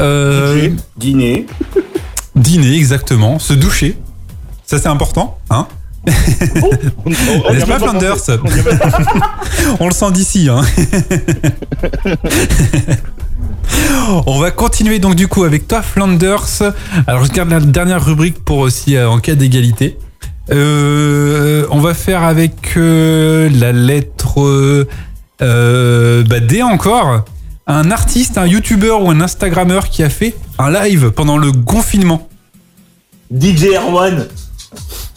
S1: Euh,
S6: Dîner.
S1: dîner exactement, se doucher. Ça c'est important, hein
S7: On- on- on y
S1: N'est-ce pas
S7: a même pensé.
S1: Flanders
S7: On y a même-
S1: On le sent d'ici, hein <laughs> On va continuer donc du coup avec toi Flanders. Alors je garde la dernière rubrique pour aussi euh, en cas d'égalité. Euh, on va faire avec euh, la lettre euh, euh, bah, D encore. Un artiste, un youtubeur ou un instagrammeur qui a fait un live pendant le confinement.
S5: DJ Erwan.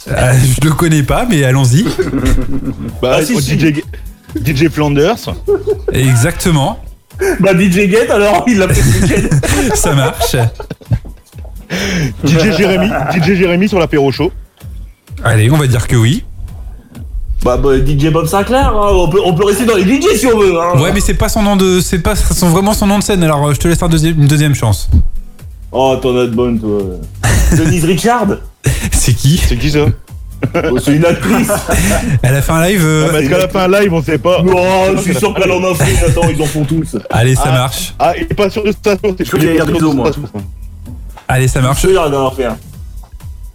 S1: Euh, je le connais pas, mais allons-y.
S7: Bah,
S5: Ah, si,
S7: oh,
S5: si.
S7: DJ, DJ Flanders.
S1: Exactement,
S5: Bah DJ Get alors il l'a fait ce week-end.
S1: ça marche.
S7: DJ Jérémy. DJ Jérémy sur l'apéro chaud.
S1: Allez, on va dire que oui.
S5: <laughs> Bah, bah, DJ Bob Sinclair. hein. On, peut, on peut rester dans les DJ si on veut. hein.
S1: Ouais, mais c'est pas son nom de, c'est pas son, vraiment son nom de scène. Alors, euh, je te laisse un deuxième- une deuxième chance. <laughs>
S5: Oh, t'en as de bonnes, toi. Denise Richard.
S1: <laughs> C'est qui
S7: C'est qui ça
S5: Oh, c'est
S1: <laughs>
S5: une actrice.
S1: Elle a fait un live. euh,
S7: Ah, mais Est-ce qu'elle a fait un live On sait pas.
S5: Non, Oh, je suis sûr qu'elle en a fait. Attends, ils en font tous.
S1: Allez, ça
S7: Ah.
S1: marche.
S7: Ah, il est pas sûr de sa source.
S6: Je crois qu'il y a
S7: il est pas
S6: Garrido,
S7: sûr de
S6: moi.
S7: sa source.
S1: Allez, ça marche.
S5: Je vais en avoir fait un.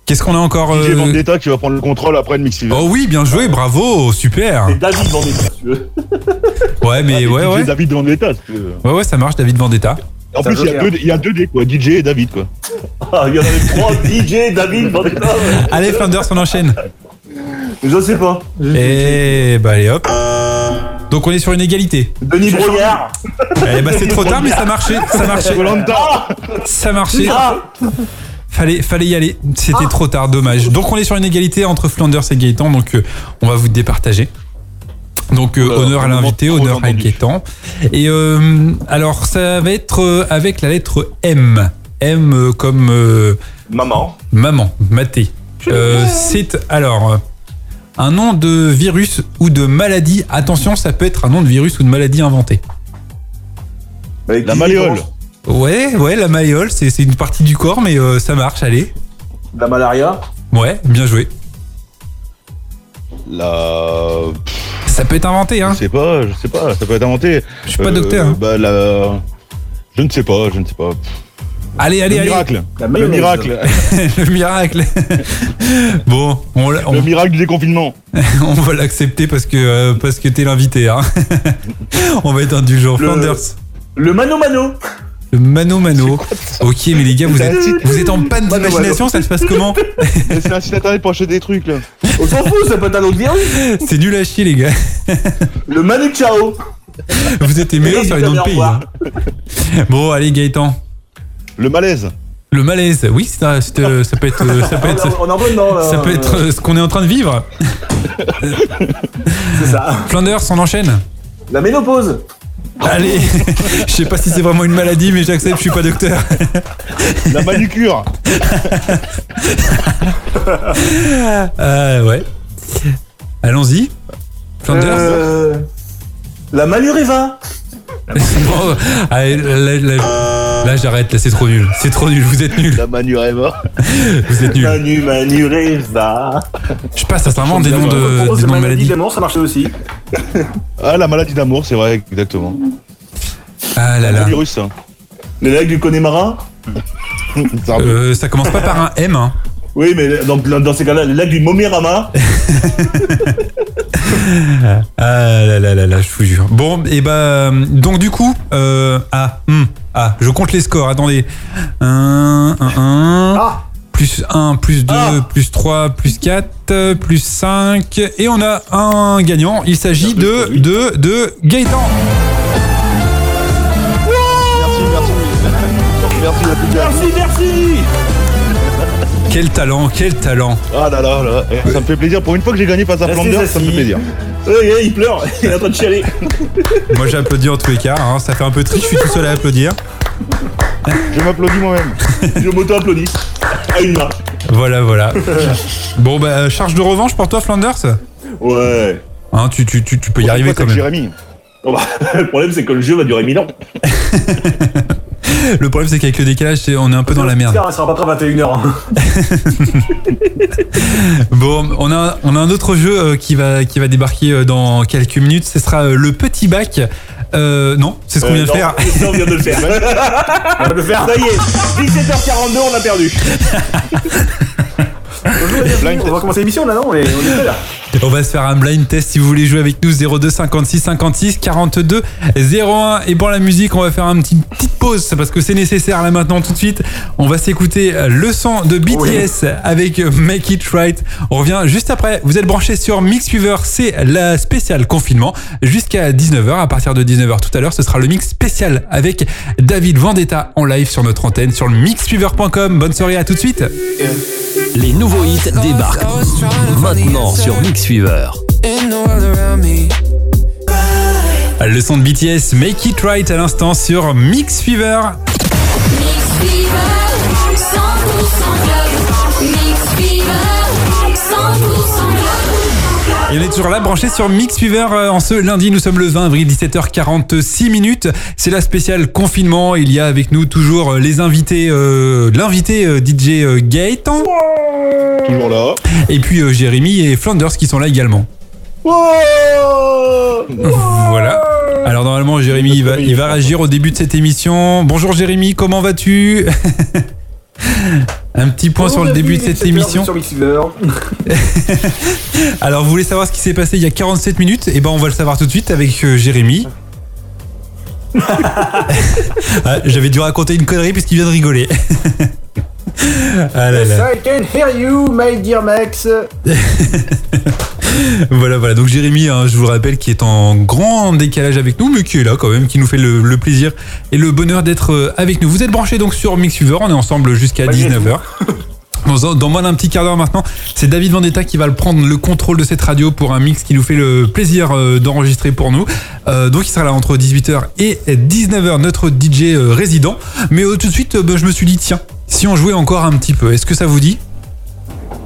S1: Qu'est-ce qu'on a encore
S7: DJ
S1: euh,
S7: Vendetta qui va prendre le contrôle après de Mixiver.
S1: Oh oui, bien joué, bravo, super.
S5: C'est David Vendetta, si tu veux. <laughs>
S7: Ah,
S1: Ouais, mais ouais, ouais.
S7: David Vendetta. parce que-
S1: Ouais, ouais, ça marche, David Vendetta.
S7: En
S6: Ça
S7: plus, il y, a
S6: veut
S7: deux, il y a deux dés, quoi. DJ et David, quoi.
S5: Ah, il y en
S1: <laughs>
S5: avait trois. DJ, David Vendetta. ouais.
S1: Allez, Flanders, on
S7: <laughs>
S1: enchaîne.
S5: Je sais pas.
S1: Et bah, allez, hop. Donc, on est sur une égalité.
S5: Denis Brognard.
S1: Eh bah, c'est trop tard, mais ça marchait, ça marchait,
S7: Volanta
S1: ça marchait.
S5: Ah,
S1: Fallait, fallait y aller. C'était trop tard, dommage. Donc on est sur une égalité entre Flanders et Gaëtan, donc euh, on va vous départager. Donc euh,
S7: Voilà,
S1: honneur à
S7: un moment
S1: l'invité,
S7: trop
S1: honneur à
S7: entendu.
S1: Gaëtan. Et euh, alors ça va être euh, avec la lettre M. M euh, comme euh,
S5: maman.
S1: maman, maté. Euh, C'est alors euh, un nom de virus ou de maladie. Attention, ça peut être un nom de virus ou de maladie inventée.
S7: La malléole.
S1: Ouais, ouais, la malléole, c'est c'est une partie du corps, mais euh, ça marche, allez.
S5: La malaria.
S7: Ah
S1: Ouais, bien joué.
S7: La.
S1: Ça peut être inventé, hein.
S7: Je sais pas, je sais pas, ça peut être inventé.
S1: Je suis pas docteur, hein.
S7: Bah, la... Je ne sais pas, je ne sais pas.
S1: Allez, allez,
S7: le
S1: allez.
S7: miracle,
S6: La
S7: le
S6: mayonnaise.
S7: miracle,
S1: <laughs> le miracle. <laughs> bon, on, l'a-
S7: le
S1: on,
S7: miracle du déconfinement.
S1: <laughs> on va l'accepter parce que euh, parce que t'es l'invité. Hein. <laughs> on va être indulgent.
S5: Le-
S1: Flanders,
S5: Le Mano Mano
S1: le mano mano. Ok, mais les gars, vous
S7: C'est
S1: êtes
S7: un titre.
S1: vous êtes en panne
S7: Mano
S1: d'imagination. Ça se passe comment
S7: Mais C'est un site internet pour acheter des trucs là.
S5: On s'en fout, ça peut être un autre virus
S1: C'est nul à chier, les gars. <laughs>
S5: Le Manu Chao
S1: Vous êtes meilleurs
S5: Et
S1: sur
S5: ils
S1: les noms
S5: savent
S1: de
S5: au
S1: pays.
S5: revoir.
S1: hein. Bon, allez, Gaëtan.
S7: Le malaise.
S1: Le malaise, oui, ça, c'est, euh, ça peut être, euh, ça peut
S7: Ah,
S5: On
S1: être,
S5: est en- Ah, on est en bonne dans là.
S1: ça peut être euh, ce qu'on est en train de vivre.
S5: <laughs> C'est ça.
S1: Flanders, on enchaîne.
S5: La ménopause <laughs>
S1: Allez, je sais pas si c'est vraiment une maladie, mais j'accepte, je suis pas
S5: <laughs>
S1: docteur.
S7: La manucure.
S1: Euh, ouais. Allons-y. Flanders.
S5: Euh, La Manureva
S1: <laughs> Bon, allez, là, là- là, j'arrête, là c'est trop nul. C'est trop nul, vous êtes
S5: <laughs>
S1: nuls.
S7: La manureva.
S1: Vous êtes nuls.
S5: Manu Manureva
S1: Je passe, ça s'invente Oh, des noms de,
S6: Propose
S1: des noms
S6: la
S1: de
S6: maladie
S1: maladies.
S6: d'amour, ça marchait aussi.
S7: Ah, la maladie d'amour, c'est vrai, exactement.
S1: Ah là
S7: Le
S1: là.
S7: virus. hein.
S5: Le lac du Connemara
S7: <laughs> Ça remonte.
S1: Euh, ça commence pas par un M. hein.
S5: Oui, mais dans, dans- dans ces cas-là, le lac du Momerama
S1: Ah là là là là, je vous jure. Bon, et bah. Donc, du coup. Euh, ah, hmm, ah, je compte les scores, attendez. 1, 1, 1.
S6: Ah.
S1: Plus 1, plus 2,
S5: Ah.
S1: plus 3, plus 4, plus 5. Et on a un gagnant. Il s'agit de, de, de Gaëtan.
S7: Merci, merci. Merci, la petite gare.
S5: Merci, merci
S1: Quel talent, quel talent.
S7: Ah là là là. eh, Ça me fait plaisir. Pour une fois que j'ai gagné face à
S5: Merci,
S7: Flanders, ça me fait
S5: Zazie.
S7: plaisir.
S5: Ouais, ouais, Il pleure, <laughs> il est en train de chialer
S1: Moi j'ai applaudi en tous les cas, hein. ça fait un peu triste, je suis tout seul à applaudir.
S7: Je m'applaudis moi-même.
S5: Je m'auto-applaudis à une main.
S1: Voilà, voilà. Bon bah charge de revanche pour toi Flanders
S5: Ouais.
S1: Hein, tu, tu, tu, tu peux y arriver quand
S7: Pourquoi c'est
S1: même.
S7: avec Jérémy.
S5: Oh bah, <laughs> le problème, c'est que le jeu va durer 1000 ans.
S1: Le problème c'est qu'avec le décalage, c'est- on est un peu dans la merde.
S6: Tiens, elle sera pas prête à 21h.
S1: <laughs> Bon, on a, on a un autre jeu euh, qui, va, qui va débarquer euh, dans quelques minutes, ce sera euh, le petit bac. Euh, non, c'est ce qu'on
S5: Euh,
S1: vient de
S5: non,
S1: faire.
S5: ça, on vient
S7: <laughs>
S5: de le faire.
S6: On va le faire.
S5: Ça y est, 17h42, on a perdu.
S6: Bonjour, bienvenue.
S7: Blind
S6: On va commencer l'émission là, non On est on est prêts, là.
S1: On va se faire un blind test si vous voulez jouer avec nous 02 56 56 42 01 et pour la musique on va faire une petite, petite pause parce que c'est nécessaire là maintenant tout de suite on va s'écouter euh, le son de BTS avec euh, Make It Right on revient juste après vous êtes branchés sur Mix Fever c'est la spéciale confinement jusqu'à 19h à partir de 19h tout à l'heure ce sera le mix spécial avec David Vendetta en live sur notre antenne sur le mixfever.com bonne soirée à tout de suite
S2: Les nouveaux hits débarquent maintenant sur Mix Fever.
S1: le son de BTS Make It Right à l'instant sur Mix Fever
S3: Mix Fever, 100% club. Mix Fever, 100% club.
S1: Et on est toujours là, branché sur Mix Fever euh, en ce lundi. Nous sommes le 20 avril, 17h46 minutes. C'est la spéciale confinement. Il y a avec nous toujours euh, les invités, euh, l'invité euh, DJ euh, Gaëtan
S7: Toujours là.
S1: et puis euh, Jérémy et Flanders qui sont là également. Voilà. Alors normalement Jérémy il va, il va réagir au début de cette émission. Bonjour Jérémy, comment vas-tu <laughs> Un petit point sur le début de cette émission.
S6: Sur Mixer.
S1: Alors vous voulez savoir ce qui s'est passé il y a 47 minutes Et ben on va le savoir tout de suite avec euh, Jérémy. Ah, J'avais dû raconter une connerie puisqu'il vient de rigoler. <laughs> Ah là là.
S6: I can hear you, my dear Max.
S1: Voilà, voilà. Donc Jérémy, hein, je vous le rappelle, qui est en grand décalage avec nous, mais qui est là quand même, qui nous fait le, le plaisir et le bonheur d'être euh, avec nous. Vous êtes branchés donc sur Mixfever, on est ensemble jusqu'à 19h. Dans, un- dans moins d'un petit quart d'heure maintenant, c'est David Vendetta qui va le prendre le contrôle de cette radio pour un mix qui nous fait le plaisir euh, d'enregistrer pour nous. Euh, donc il sera là entre 18h et 19h, notre DJ euh, résident. Mais euh, tout de suite, euh, bah, je me suis dit, tiens, si on jouait encore un petit peu, est-ce que ça vous dit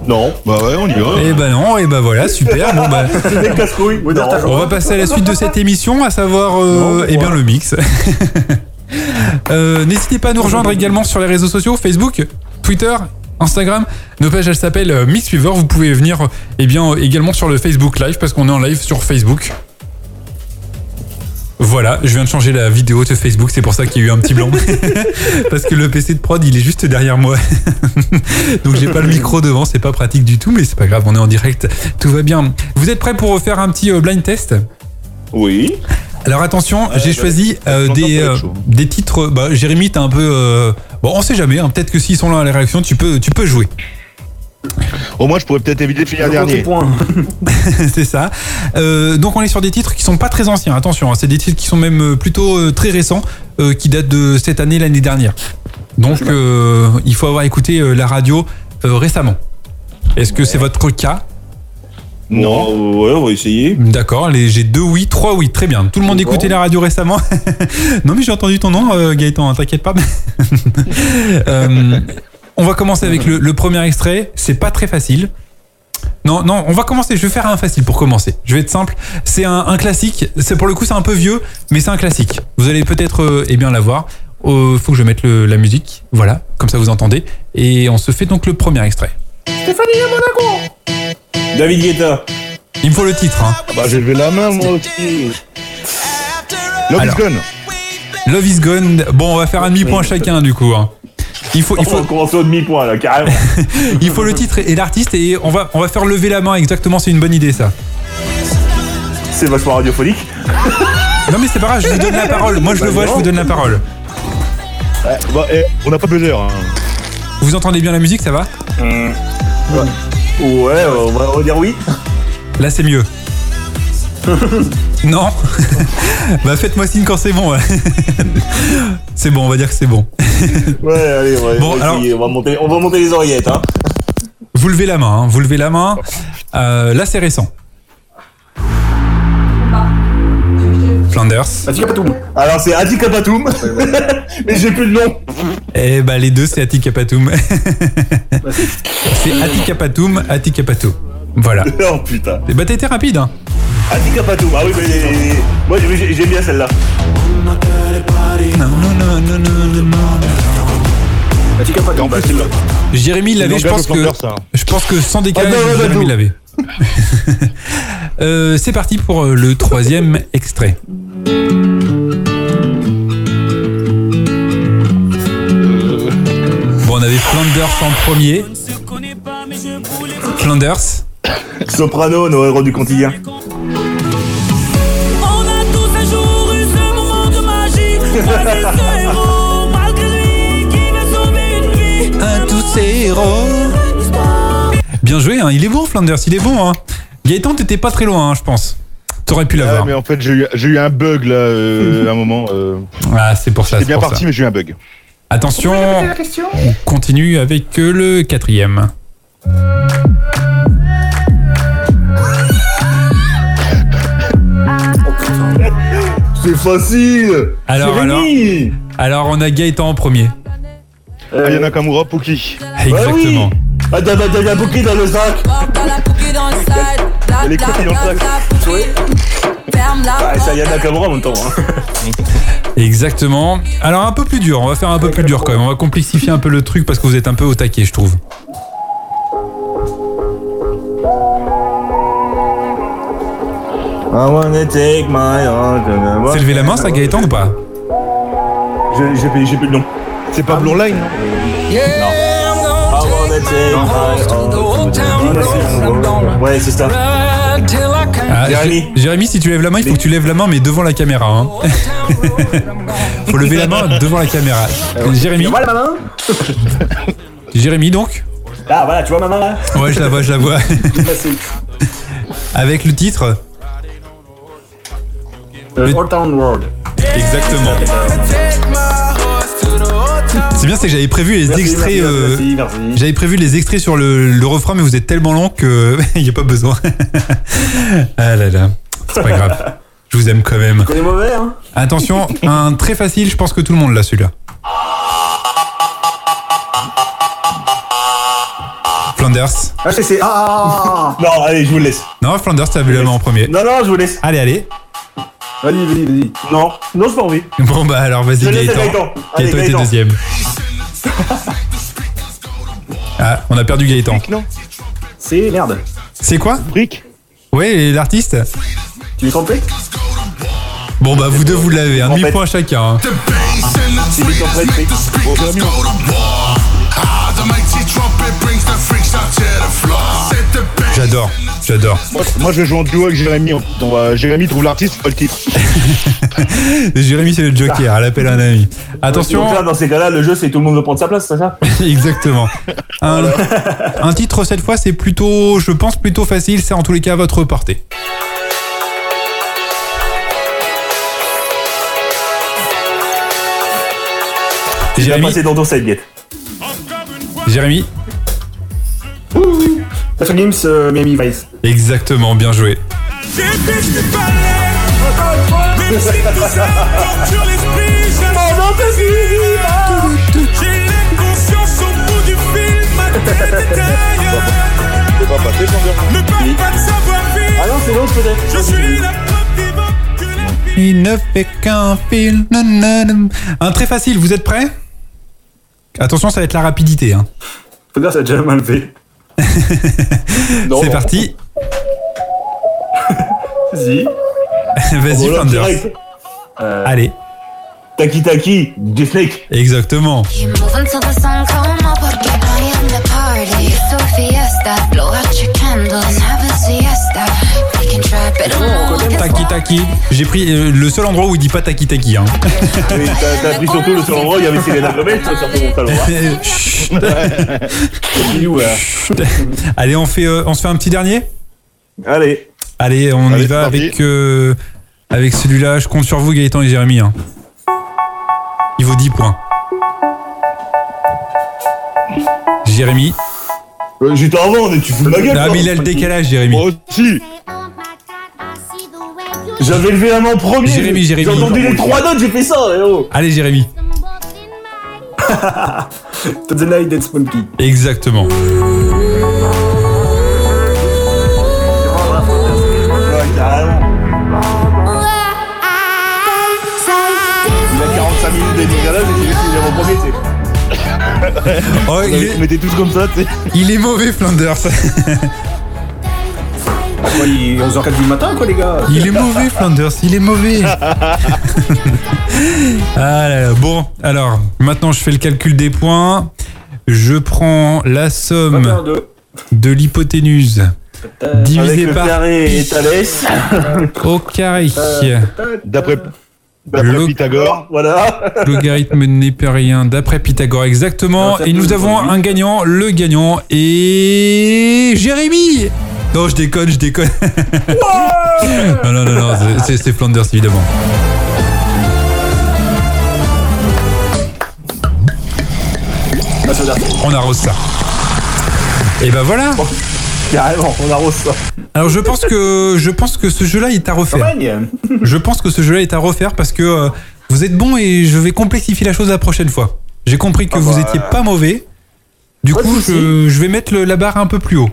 S7: Non. Bah ouais, on y va.
S1: Eh ben non, et ben voilà, super. Bon bah,
S5: Des casse-couilles.
S6: Oui, non, t'as
S1: on va passer à la suite de cette émission, à savoir euh, eh bien le mix. <laughs> Euh, N'hésitez pas à nous rejoindre également sur les réseaux sociaux, Facebook, Twitter Instagram. Nos pages, elles s'appellent euh, Mixweaver. Vous pouvez venir euh, eh bien, euh, également sur le Facebook Live parce qu'on est en live sur Facebook. Voilà, je viens de changer la vidéo de Facebook, c'est pour ça qu'il y a eu un petit blanc. <laughs> parce que le PC de prod, il est juste derrière moi. <laughs> Donc j'ai pas le micro devant, c'est pas pratique du tout, mais c'est pas grave, on est en direct, tout va bien. Vous êtes prêts pour faire un petit euh, blind test
S5: Oui.
S1: alors attention, j'ai
S7: bah,
S1: choisi
S7: ça
S1: euh,
S7: commence à
S1: des,
S7: être
S1: euh,
S7: chaud.
S1: des titres. Bah, Jérémy, t'as un peu. euh, Bon, on sait jamais. hein, Peut-être que s'ils sont là à la réaction, tu peux, tu peux jouer. <laughs>
S7: Au moins, je pourrais peut-être éviter de finir dernier.
S6: Point.
S1: <laughs> c'est ça. Euh, donc on est sur des titres qui sont pas très anciens. Attention, hein, c'est des titres qui sont même euh, plutôt euh, très récents, euh, qui datent de cette année, l'année dernière. Donc euh, il faut avoir écouté euh, la radio euh, récemment. Est-ce que c'est votre cas
S7: Non.
S5: Oh, ouais, on va essayer.
S1: D'accord, les- j'ai deux oui, trois oui, très bien. Tout le monde
S5: Bon.
S1: écoutait la radio récemment. <laughs> non mais j'ai entendu ton nom, euh, Gaëtan, hein, t'inquiète pas. <laughs> Euh, on va commencer avec le, le premier extrait, c'est pas très facile. Non, non, on va commencer, je vais faire un facile pour commencer. Je vais être simple, c'est un, un classique, c'est pour le coup c'est un peu vieux, mais c'est un classique. Vous allez peut-être euh, eh bien l'avoir. Euh, faut que je mette le- la musique, voilà, comme ça vous entendez. Et on se fait donc le premier extrait.
S5: David Guetta.
S1: Il me faut le titre, hein.
S7: Bah, j'ai levé la main, moi aussi. Love is
S1: Alors.
S7: gone.
S1: Love is gone. Bon, on va faire un demi-point chacun du coup. hein. Il faut, il
S5: Il faut
S1: faut,
S5: commencer au demi-point là, carrément.
S1: il faut le titre et l'artiste et on va, on va faire lever la main exactement. C'est une bonne idée ça.
S5: c'est vachement radiophonique.
S1: Non mais c'est pas grave. Je vous donne la parole. Moi je le vois. Je vous donne la parole.
S7: Ouais, bah, eh, on n'a pas buzzer. Hein.
S1: Vous entendez bien la musique, ça va
S5: Ouais, on va, on va dire oui.
S1: Là c'est mieux. non <laughs> Bah faites-moi signe quand c'est bon. ouais. <laughs> c'est bon, on va dire que c'est bon.
S5: Ouais, allez, ouais,
S1: Bon,
S5: on, va
S1: alors-
S5: essayer, on va monter, on va monter les oreillettes. Hein.
S1: Vous levez la main. hein, Vous levez la main. Euh, là c'est récent. Flanders.
S6: Vas-y, Capatoum.
S5: Alors c'est Adi Kapatoum, <laughs> mais j'ai plus le nom. <laughs>
S1: Eh bah les deux c'est Atika Patoum. c'est Atika Patoum, Atika Patoum. Voilà.
S5: Oh putain.
S1: Et bah t'étais rapide hein.
S5: Adi Kapatoum, ah oui, mais moi j'ai- j'ai- j'aime bien celle-là.
S1: Non, non, non, non, non, non, non.
S6: Vas-y, Capatoum.
S7: Bah, c'est le-
S5: euh,
S1: Jérémy l'avait,
S7: le
S1: je
S7: langage
S1: pense
S7: au
S1: que
S7: Flanders, ça.
S1: je pense que sans décalage,
S5: Ah, non, non, non,
S1: Jérémy
S5: non.
S1: l'avait. <laughs> Euh, c'est parti pour euh, le troisième extrait. Bon, on avait Flanders en premier. Flanders.
S5: Soprano, nos héros du quotidien.
S8: On a tous un jour eu ce moment
S4: <laughs>
S8: de magie. Croiser ce héros, malgré lui, qui m'a sauvé une vie.
S1: Bien joué, hein. il est bon Flanders, il est bon. Hein. Gaëtan, t'étais pas très loin, hein, je pense. T'aurais pu
S7: Ah,
S1: l'avoir.
S7: mais en fait, j'ai eu, j'ai eu un bug là, <laughs> euh, à un moment. Euh,
S1: Ah, c'est pour ça.
S7: J'étais
S1: C'est
S7: bien
S1: pour
S7: parti,
S1: ça.
S7: mais j'ai eu un bug.
S1: Attention, on continue avec euh, le quatrième.
S5: C'est facile.
S1: Alors, alors,
S5: Jérémy
S1: alors, on a Gaëtan en premier.
S7: Ah, y'en a Kamura, Pookie.
S1: Bah Exactement.
S5: Bah Ah, t'as t'as- t'as un bouquet dans le sac.
S3: Elle
S7: est coquille dans le sac.
S3: Ferme la
S5: Ah, ça y a Nakamura en même temps. hein.
S1: Exactement. Alors, un peu plus dur, on va faire un peu plus dur quand même. On va complexifier un peu le truc parce que vous êtes un peu au taquet, je trouve.
S5: I wanna take my heart and I wanna-
S1: C'est levé la main, ça, Gaëtan ou pas
S5: Je- J'ai plus- j'ai plus le nom.
S7: C'est pas Blond Line, non
S5: I wanna take my heart and I- Ouais, c'est ça.
S1: Ah,
S5: Jérémy.
S1: Jé- Jérémy, si tu lèves la main, il faut que tu lèves la main, mais devant la caméra. <laughs> Hein. faut lever la main devant la caméra. Jérémy,
S6: Voilà, maman.
S1: Jérémy donc
S5: Là, voilà, tu vois ma main là
S1: Ouais, je la vois, je la <laughs> vois. Avec le titre
S6: Euh, All Town World.
S1: Exactement. C'est bien, c'est que j'avais prévu les
S6: Merci,
S1: extraits.
S6: merci,
S1: euh,
S6: merci, merci.
S1: J'avais prévu les extraits sur le, le refrain, mais vous êtes tellement lent que <laughs> il n'y a pas besoin. ah là là, c'est pas grave. Je vous aime quand même.
S6: On est mauvais, hein
S1: Attention, un très facile. Je pense que tout le monde l'a celui-là. Flanders.
S6: Ah, c'est- c'est. Ah, ah, ah,
S5: Non, allez, je vous le laisse.
S1: Non, Flanders, t'as vu la main en premier.
S5: Non, non, je vous laisse.
S1: Allez, allez.
S6: ah. Vas-y, vas-y, vas-y.
S5: Non, non, j'ai pas envie.
S1: Bon bah alors, vas-y
S5: Je laisse à
S1: Gaëtan.
S5: Gaëtan. Allez,
S1: Gaëtan, t'es
S5: Gaëtan.
S1: deuxième. Ah, on a perdu Gaëtan.
S7: non
S6: C'est merde.
S1: C'est quoi
S7: Brick
S1: Ouais, et l'artiste
S6: Tu me trompes
S1: Bon bah vous deux vous l'avez, un
S5: En fait-
S1: demi-point chacun. hein.
S5: C'est Big Camp Red Brick. Bon,
S7: bah,
S1: J'adore,
S5: <laughs>
S1: j'adore.
S7: Moi, moi, je vais jouer en duo avec Jérémy. en fait. On va- Jérémy trouve l'artiste, pas le titre.
S1: Jérémy c'est le Joker, elle appelle un ami. Attention,
S5: Donc là, dans ces cas-là, le jeu, c'est tout le monde veut prendre sa place, c'est ça
S1: <laughs> exactement. Un, un titre cette fois c'est plutôt, je pense plutôt facile, c'est en tous les cas à votre portée.
S5: Il va
S1: Jérémy,
S5: passer dans ton set guette.
S1: Jérémy,
S6: Patrick Games, euh, Miami Vice.
S1: exactement, bien joué.
S8: J'ai fait ce qu'il fallait. Même si tout ça me torture l'esprit, j'ai mon plaisir. J'ai la conscience au bout du fil, ma tête est ailleurs.
S7: C'est pas passé, Sandra.
S8: Ne parle pas de savoir-vivre,
S5: Ah non, c'est l'autre peut-être.
S8: je suis la preuve vivante que la vie.
S1: Il ne fait qu'un fil. nananam. Un très facile, vous êtes prêts Attention, ça va être la rapidité. hein.
S6: Faut dire, ça a déjà mal fait.
S5: Non,
S1: C'est
S5: non.
S1: parti. <laughs>
S6: Vas-y.
S1: Vas-y,
S5: Voilà,
S1: Flanders.
S5: direct. Euh,
S1: Allez,
S5: Taki Taki, du Snake.
S1: exactement.
S9: You move until the sun come up, put your body on the party. It's a fiesta, blow out your candles, have a siesta. We can try, but
S1: Taki taki. J'ai pris euh, le seul endroit où il dit pas taki taki. hein.
S5: Oui, T'as t'as pris surtout le seul endroit, il y avait Selena Gomez sur ton salon. hein.
S1: <laughs>
S5: <laughs>
S1: Chut.
S6: Bilou, euh,
S1: Allez, on fait, euh, on se fait un petit dernier.
S5: Allez,
S1: Allez, on
S7: Allez,
S1: y va
S7: c'est parti.
S1: avec euh, avec celui-là. Je compte sur vous, Gaëtan et Jérémy. hein. Il vaut 10 points. Jérémy.
S5: Euh, j'étais avant, on est- tu fous de ma gueule.
S1: Non,
S5: toi.
S1: mais il a le décalage, Jérémy.
S7: Moi aussi.
S5: J'avais levé la main en premier.
S1: Jérémy, Jérémy.
S5: J'ai entendu les trois notes, j'ai fait ça. eh oh.
S1: Allez, Jérémy.
S6: To the night and spunky.
S1: Exactement. Oh,
S5: Ouais, carrément. Il a 45 minutes de décalage et j'ai laissé les premier, tu sais.
S1: Oh, il,
S7: On
S1: est,
S7: était tous comme ça, tu sais.
S1: il est mauvais,
S7: <laughs>
S1: Flanders.
S6: Quoi, il est 11h04 du matin, quoi, les gars
S1: Il est mauvais, Flanders. Il est
S7: <laughs>
S1: mauvais. ah là là. Bon, alors, maintenant, je fais le calcul des points. Je prends la somme
S6: 22.
S1: de l'hypoténuse
S5: Avec
S1: divisée
S5: le
S1: par
S5: carré et Thalès.
S1: au carré.
S7: D'après d'après
S1: Le-
S7: Pythagore.
S5: Voilà.
S1: Logarithme népérien d'après Pythagore, exactement.
S6: Alors, ça
S1: Et
S6: peut
S1: nous
S6: nous
S1: avons
S6: conduire.
S1: un gagnant. Le gagnant est. Jérémy Non, je déconne, je déconne. <laughs> non, non, non, non, c'est- c'est Flanders, évidemment.
S6: Ah,
S1: On arrose ça. Et ben voilà.
S5: Carrément, on arrose ça.
S1: Alors je pense que je pense que ce jeu-là est à refaire.
S6: Campagne
S1: Je pense que ce jeu-là est à refaire parce que euh, vous êtes bon et je vais complexifier la chose la prochaine fois. J'ai compris que
S5: Ah
S1: vous
S5: bah,
S1: étiez pas mauvais. Du
S6: pas de
S1: coup,
S6: souci.
S1: je, je vais mettre le- la barre un peu plus haut.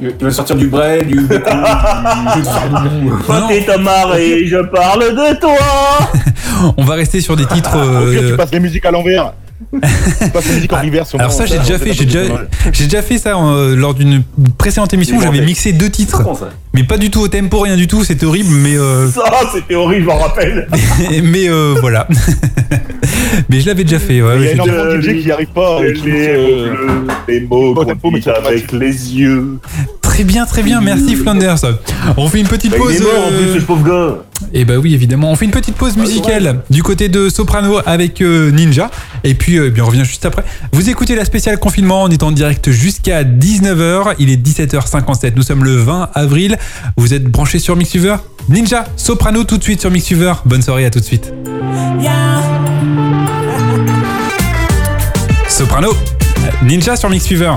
S6: Il va sortir du braille, du. du- du- du-
S1: Ah non,
S5: Toi, t'es Tamar et je parle
S1: <laughs>
S5: de toi.
S1: on va rester sur des titres.
S7: Au pire,
S1: euh, Ah,
S7: tu passes les musiques à l'envers. Tu passes les musiques en reverse. au
S1: alors ça,
S7: moins.
S1: j'ai déjà
S7: c'est
S1: fait.
S7: pas
S1: J'ai déjà,
S7: mal.
S1: j'ai déjà fait ça euh, lors d'une précédente émission.
S6: Il est
S1: J'avais
S6: mortel.
S1: mixé deux titres,
S6: Comment ça
S1: mais pas du tout au tempo, rien du tout. C'était horrible, mais euh, <laughs>
S5: Ça, c'était horrible, je m'en rappelle.
S1: mais euh, voilà. <laughs> mais je l'avais déjà fait. ouais,
S7: Il y
S1: j'ai
S7: a
S1: déjà-
S7: énormément de DJ qui arrivent pas. et qui-
S5: Les
S7: euh,
S5: mots bleus, les mots
S7: Bon,
S5: qu'on
S7: tempo, mais
S5: dit
S7: ça va
S5: avec les yeux.
S1: Très bien, très bien. Merci Flanders. On fait une petite
S5: Bah,
S1: pause.
S5: Il est mort en
S1: euh,
S5: plus, ce pauvre gars.
S1: Eh bah oui, évidemment. On fait une petite pause musicale du côté de Soprano avec euh, Ninja. Et puis, euh, eh bien, on revient juste après. Vous écoutez la spéciale confinement. On est en direct jusqu'à 19h. Il est 17h57. Nous sommes le 20 avril. Vous êtes branchés sur Mixuver Ninja, Soprano tout de suite sur Mixuver. Bonne soirée, à tout de suite. Soprano, euh, Ninja sur Mixuver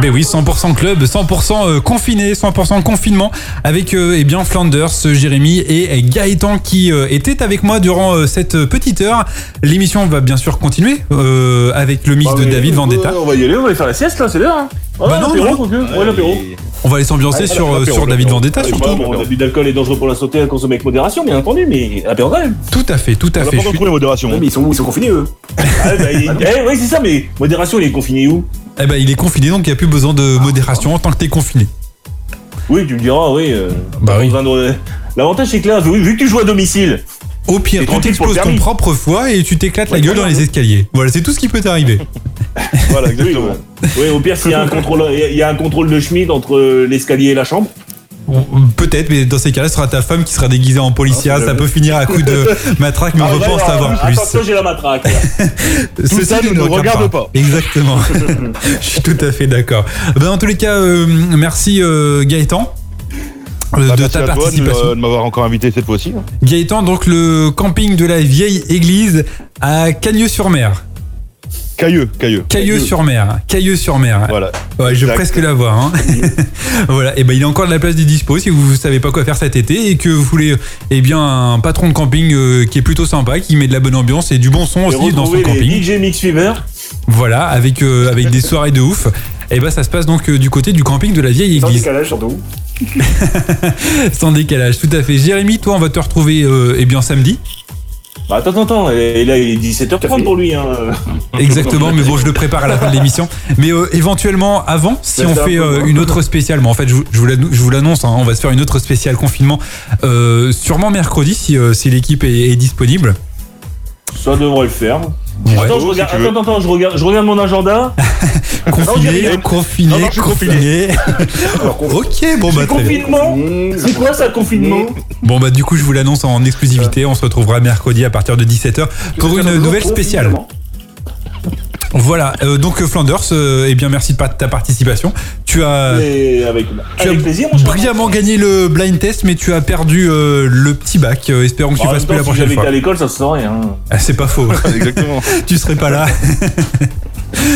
S1: Ben oui, 100% club, 100% euh, confiné, 100% confinement, avec euh, eh bien Flanders, euh, Jérémy et euh, Gaëtan qui euh, étaient avec moi durant euh, cette euh, petite heure. L'émission va bien sûr continuer euh, avec le mix de David Vendetta.
S5: On va y aller, on va aller faire la sieste là, c'est l'heure. Hein.
S1: Bah non,
S5: l'apéro,
S1: non.
S5: faut que- Ouais, l'apéro.
S7: et-
S1: On va aller s'ambiancer sur, euh, sur David Vendetta surtout.
S5: Bah, L'abus d'alcool est dangereux pour la santé à consommer avec modération, bien entendu, mais apéro quand même.
S1: Tout à fait, tout à
S7: On a
S1: fait. Je
S7: pas
S1: suis-
S7: encore trouvé modération.
S6: Ouais,
S7: hein.
S6: mais ils sont où Ils sont confinés, eux
S5: Ah, bah, il- eh, oui, c'est ça, mais modération, il est confiné où
S1: Eh ben, il est confiné donc il n'y a plus besoin de modération tant que t'es confiné.
S5: Oui, tu me diras, oui. euh,
S1: Bah
S5: pas
S1: oui.
S5: besoin de- L'avantage, c'est que là, vu vu que tu joues à domicile,
S1: Au pire,
S5: Et
S1: tu
S5: tranquille pour
S1: t'exploses
S5: le
S1: ton
S5: permis.
S1: propre foie et tu t'éclates la
S5: Ouais,
S1: gueule dans
S5: voilà.
S1: les escaliers. Voilà, c'est tout ce qui peut t'arriver.
S7: Voilà, exactement.
S5: oui, au pire, s'il y a un contrôle, il y a un contrôle de Schmidt entre euh, l'escalier et la chambre.
S1: Ou- ou Peut-être, mais dans ces cas-là, ce sera ta femme qui sera déguisée en
S7: Ah,
S1: policière. Ça peut finir à coup de <laughs> matraque, mais on va pas en savoir plus.
S5: Attention, Ah, j'ai la matraque.
S1: Ceci
S7: ça ne nous
S1: regarde
S7: regarde pas. <laughs>
S1: Exactement. <laughs> Je suis tout à fait d'accord. Ben, en tous les cas, euh, merci euh, Gaëtan euh,
S7: Bah,
S1: de
S7: merci
S1: ta
S7: à toi de me-
S1: participation.
S7: de m'avoir encore invité cette fois-ci. hein.
S1: Gaëtan, donc le camping de la vieille église à Cagneux-sur-Mer.
S7: Cailleux, cailleux.
S1: Cailleux-sur-Mer. Cailleux-sur-Mer.
S7: Voilà.
S1: Ouais, je vais
S7: Exact.
S1: presque la voir. Hein. <laughs> voilà, et ben il est encore de la place des dispo si vous savez pas quoi faire cet été et que vous voulez eh bien un patron de camping euh, qui est plutôt sympa, qui met de la bonne ambiance et du bon son <laughs>
S5: Et
S1: aussi dans son
S5: retrouver
S1: camping.
S5: les DJ Mix Fever.
S1: Voilà, avec euh, avec des soirées de ouf. Et ben ça se passe donc euh, du côté du camping de la vieille
S6: Sans
S1: église,
S6: décalage, surtout.
S1: <laughs> sans décalage. Tout à fait. Jérémy, toi on va te retrouver euh, eh bien samedi.
S5: Bah, attends, attends, attends. Et là, il est
S6: Tout à
S5: 17h30
S6: fait.
S5: pour lui. Hein.
S1: Exactement, mais bon, je le prépare à la fin de l'émission. Mais euh, éventuellement, avant, si
S6: Ouais,
S1: on
S6: c'est un
S1: fait
S6: peu
S1: euh,
S6: loin.
S1: une autre spéciale, mais en fait, je vous, je vous l'annou- je vous l'annonce, hein, on va se faire une autre spéciale confinement, euh, sûrement mercredi, si, euh, si l'équipe est, est disponible.
S5: Ça devrait le faire.
S1: Ouais.
S5: attends, je
S7: Oh, si
S5: regarde,
S7: tu veux.
S5: attends, attends, je regarde, je regarde mon agenda.
S1: Confiné,
S5: Jérémy.
S1: confiné,
S7: Non, non, je suis
S1: confiné. ok, bon, bah, très
S5: C'est
S1: bien.
S5: confinement. C'est quoi ça, confinement
S1: Bon, bah, du coup, je vous l'annonce en exclusivité. On se retrouvera mercredi à partir de 17h pour une nouvelle spéciale. Voilà, euh, donc euh, Flanders, euh, eh bien, merci de pa- ta participation. Tu as.
S5: Et avec,
S1: Tu
S5: avec
S1: as
S5: plaisir, mon cher.
S1: brillamment gagné le blind test, mais tu as perdu euh, le petit bac. Euh, espérons que tu
S5: En
S1: fasses
S5: même temps,
S1: plus la prochaine
S5: Oh, Ah, si j'avais été
S1: fois.
S5: à l'école, ça se saurait. Hein.
S1: Ah, c'est pas faux. <laughs>
S7: Exactement.
S1: tu serais pas là.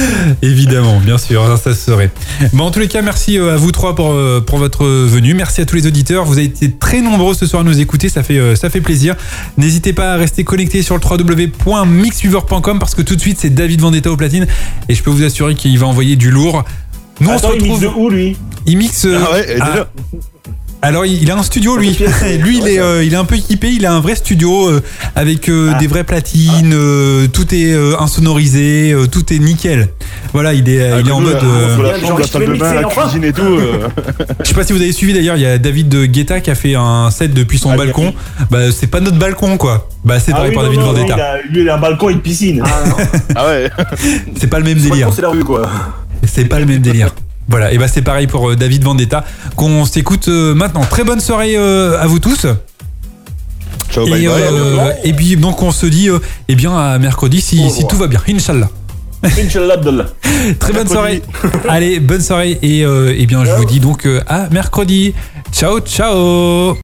S1: <laughs> Évidemment, bien sûr, hein, ça, ça se serait. Bon, en tous les cas, merci euh, à vous trois pour, euh, pour votre venue. Merci à tous les auditeurs. Vous avez été très nombreux ce soir à nous écouter. Ça fait, euh, ça fait plaisir. N'hésitez pas à rester connectés sur le www.mixuver.com parce que tout de suite, c'est David Vendetta au platine. Et je peux vous assurer qu'il va envoyer du lourd. Nous, on
S5: Attends,
S1: se
S5: il mixe
S1: retrouve.
S5: de où, lui
S1: Il mixe. euh,
S7: <laughs> Ah ouais, et
S1: à-
S7: déjà,
S1: alors il il a un studio lui. lui il est, euh, il est un peu équipé, il a un vrai studio euh, avec euh, des vraies platines, euh, tout est euh, insonorisé, euh, tout est nickel. Voilà, il est,
S5: Ah,
S1: euh, il est en
S7: nous,
S1: mode.
S7: là,
S1: euh,
S7: entre
S6: Il y a
S7: la
S6: des
S7: chambre,
S6: gens
S7: la
S6: qui
S7: salle de
S6: veulent
S7: bain,
S6: mixer,
S7: la
S6: enfin.
S7: cuisine et tout. euh,
S1: je sais pas si vous avez suivi d'ailleurs, il y a David de Guetta qui a fait un set depuis son
S7: Ah, bien
S1: balcon. Bah c'est pas notre balcon quoi. Bah c'est pareil
S5: Ah oui,
S1: pour
S5: non,
S1: David
S5: non,
S1: Vendetta.
S5: lui, il a- Lui, il a un balcon et une
S1: <laughs>
S5: piscine.
S7: Ah ouais.
S1: C'est pas le même délire.
S6: C'est la rue, quoi.
S1: C'est pas le même délire. Voilà, et bah c'est pareil pour euh, David Vendetta qu'on s'écoute euh, maintenant. Très bonne soirée euh, à vous tous.
S7: Ciao, bye
S1: Et,
S7: bye.
S1: euh, et puis donc on se dit euh, eh bien à mercredi si, si tout va bien, Inch'Allah.
S5: Inch'Allah, Abdallah.
S1: Très bonne soirée. <laughs>
S7: mercredi.
S1: Allez, bonne soirée et, euh, eh bien je vous dis donc euh, à mercredi. Ciao, ciao.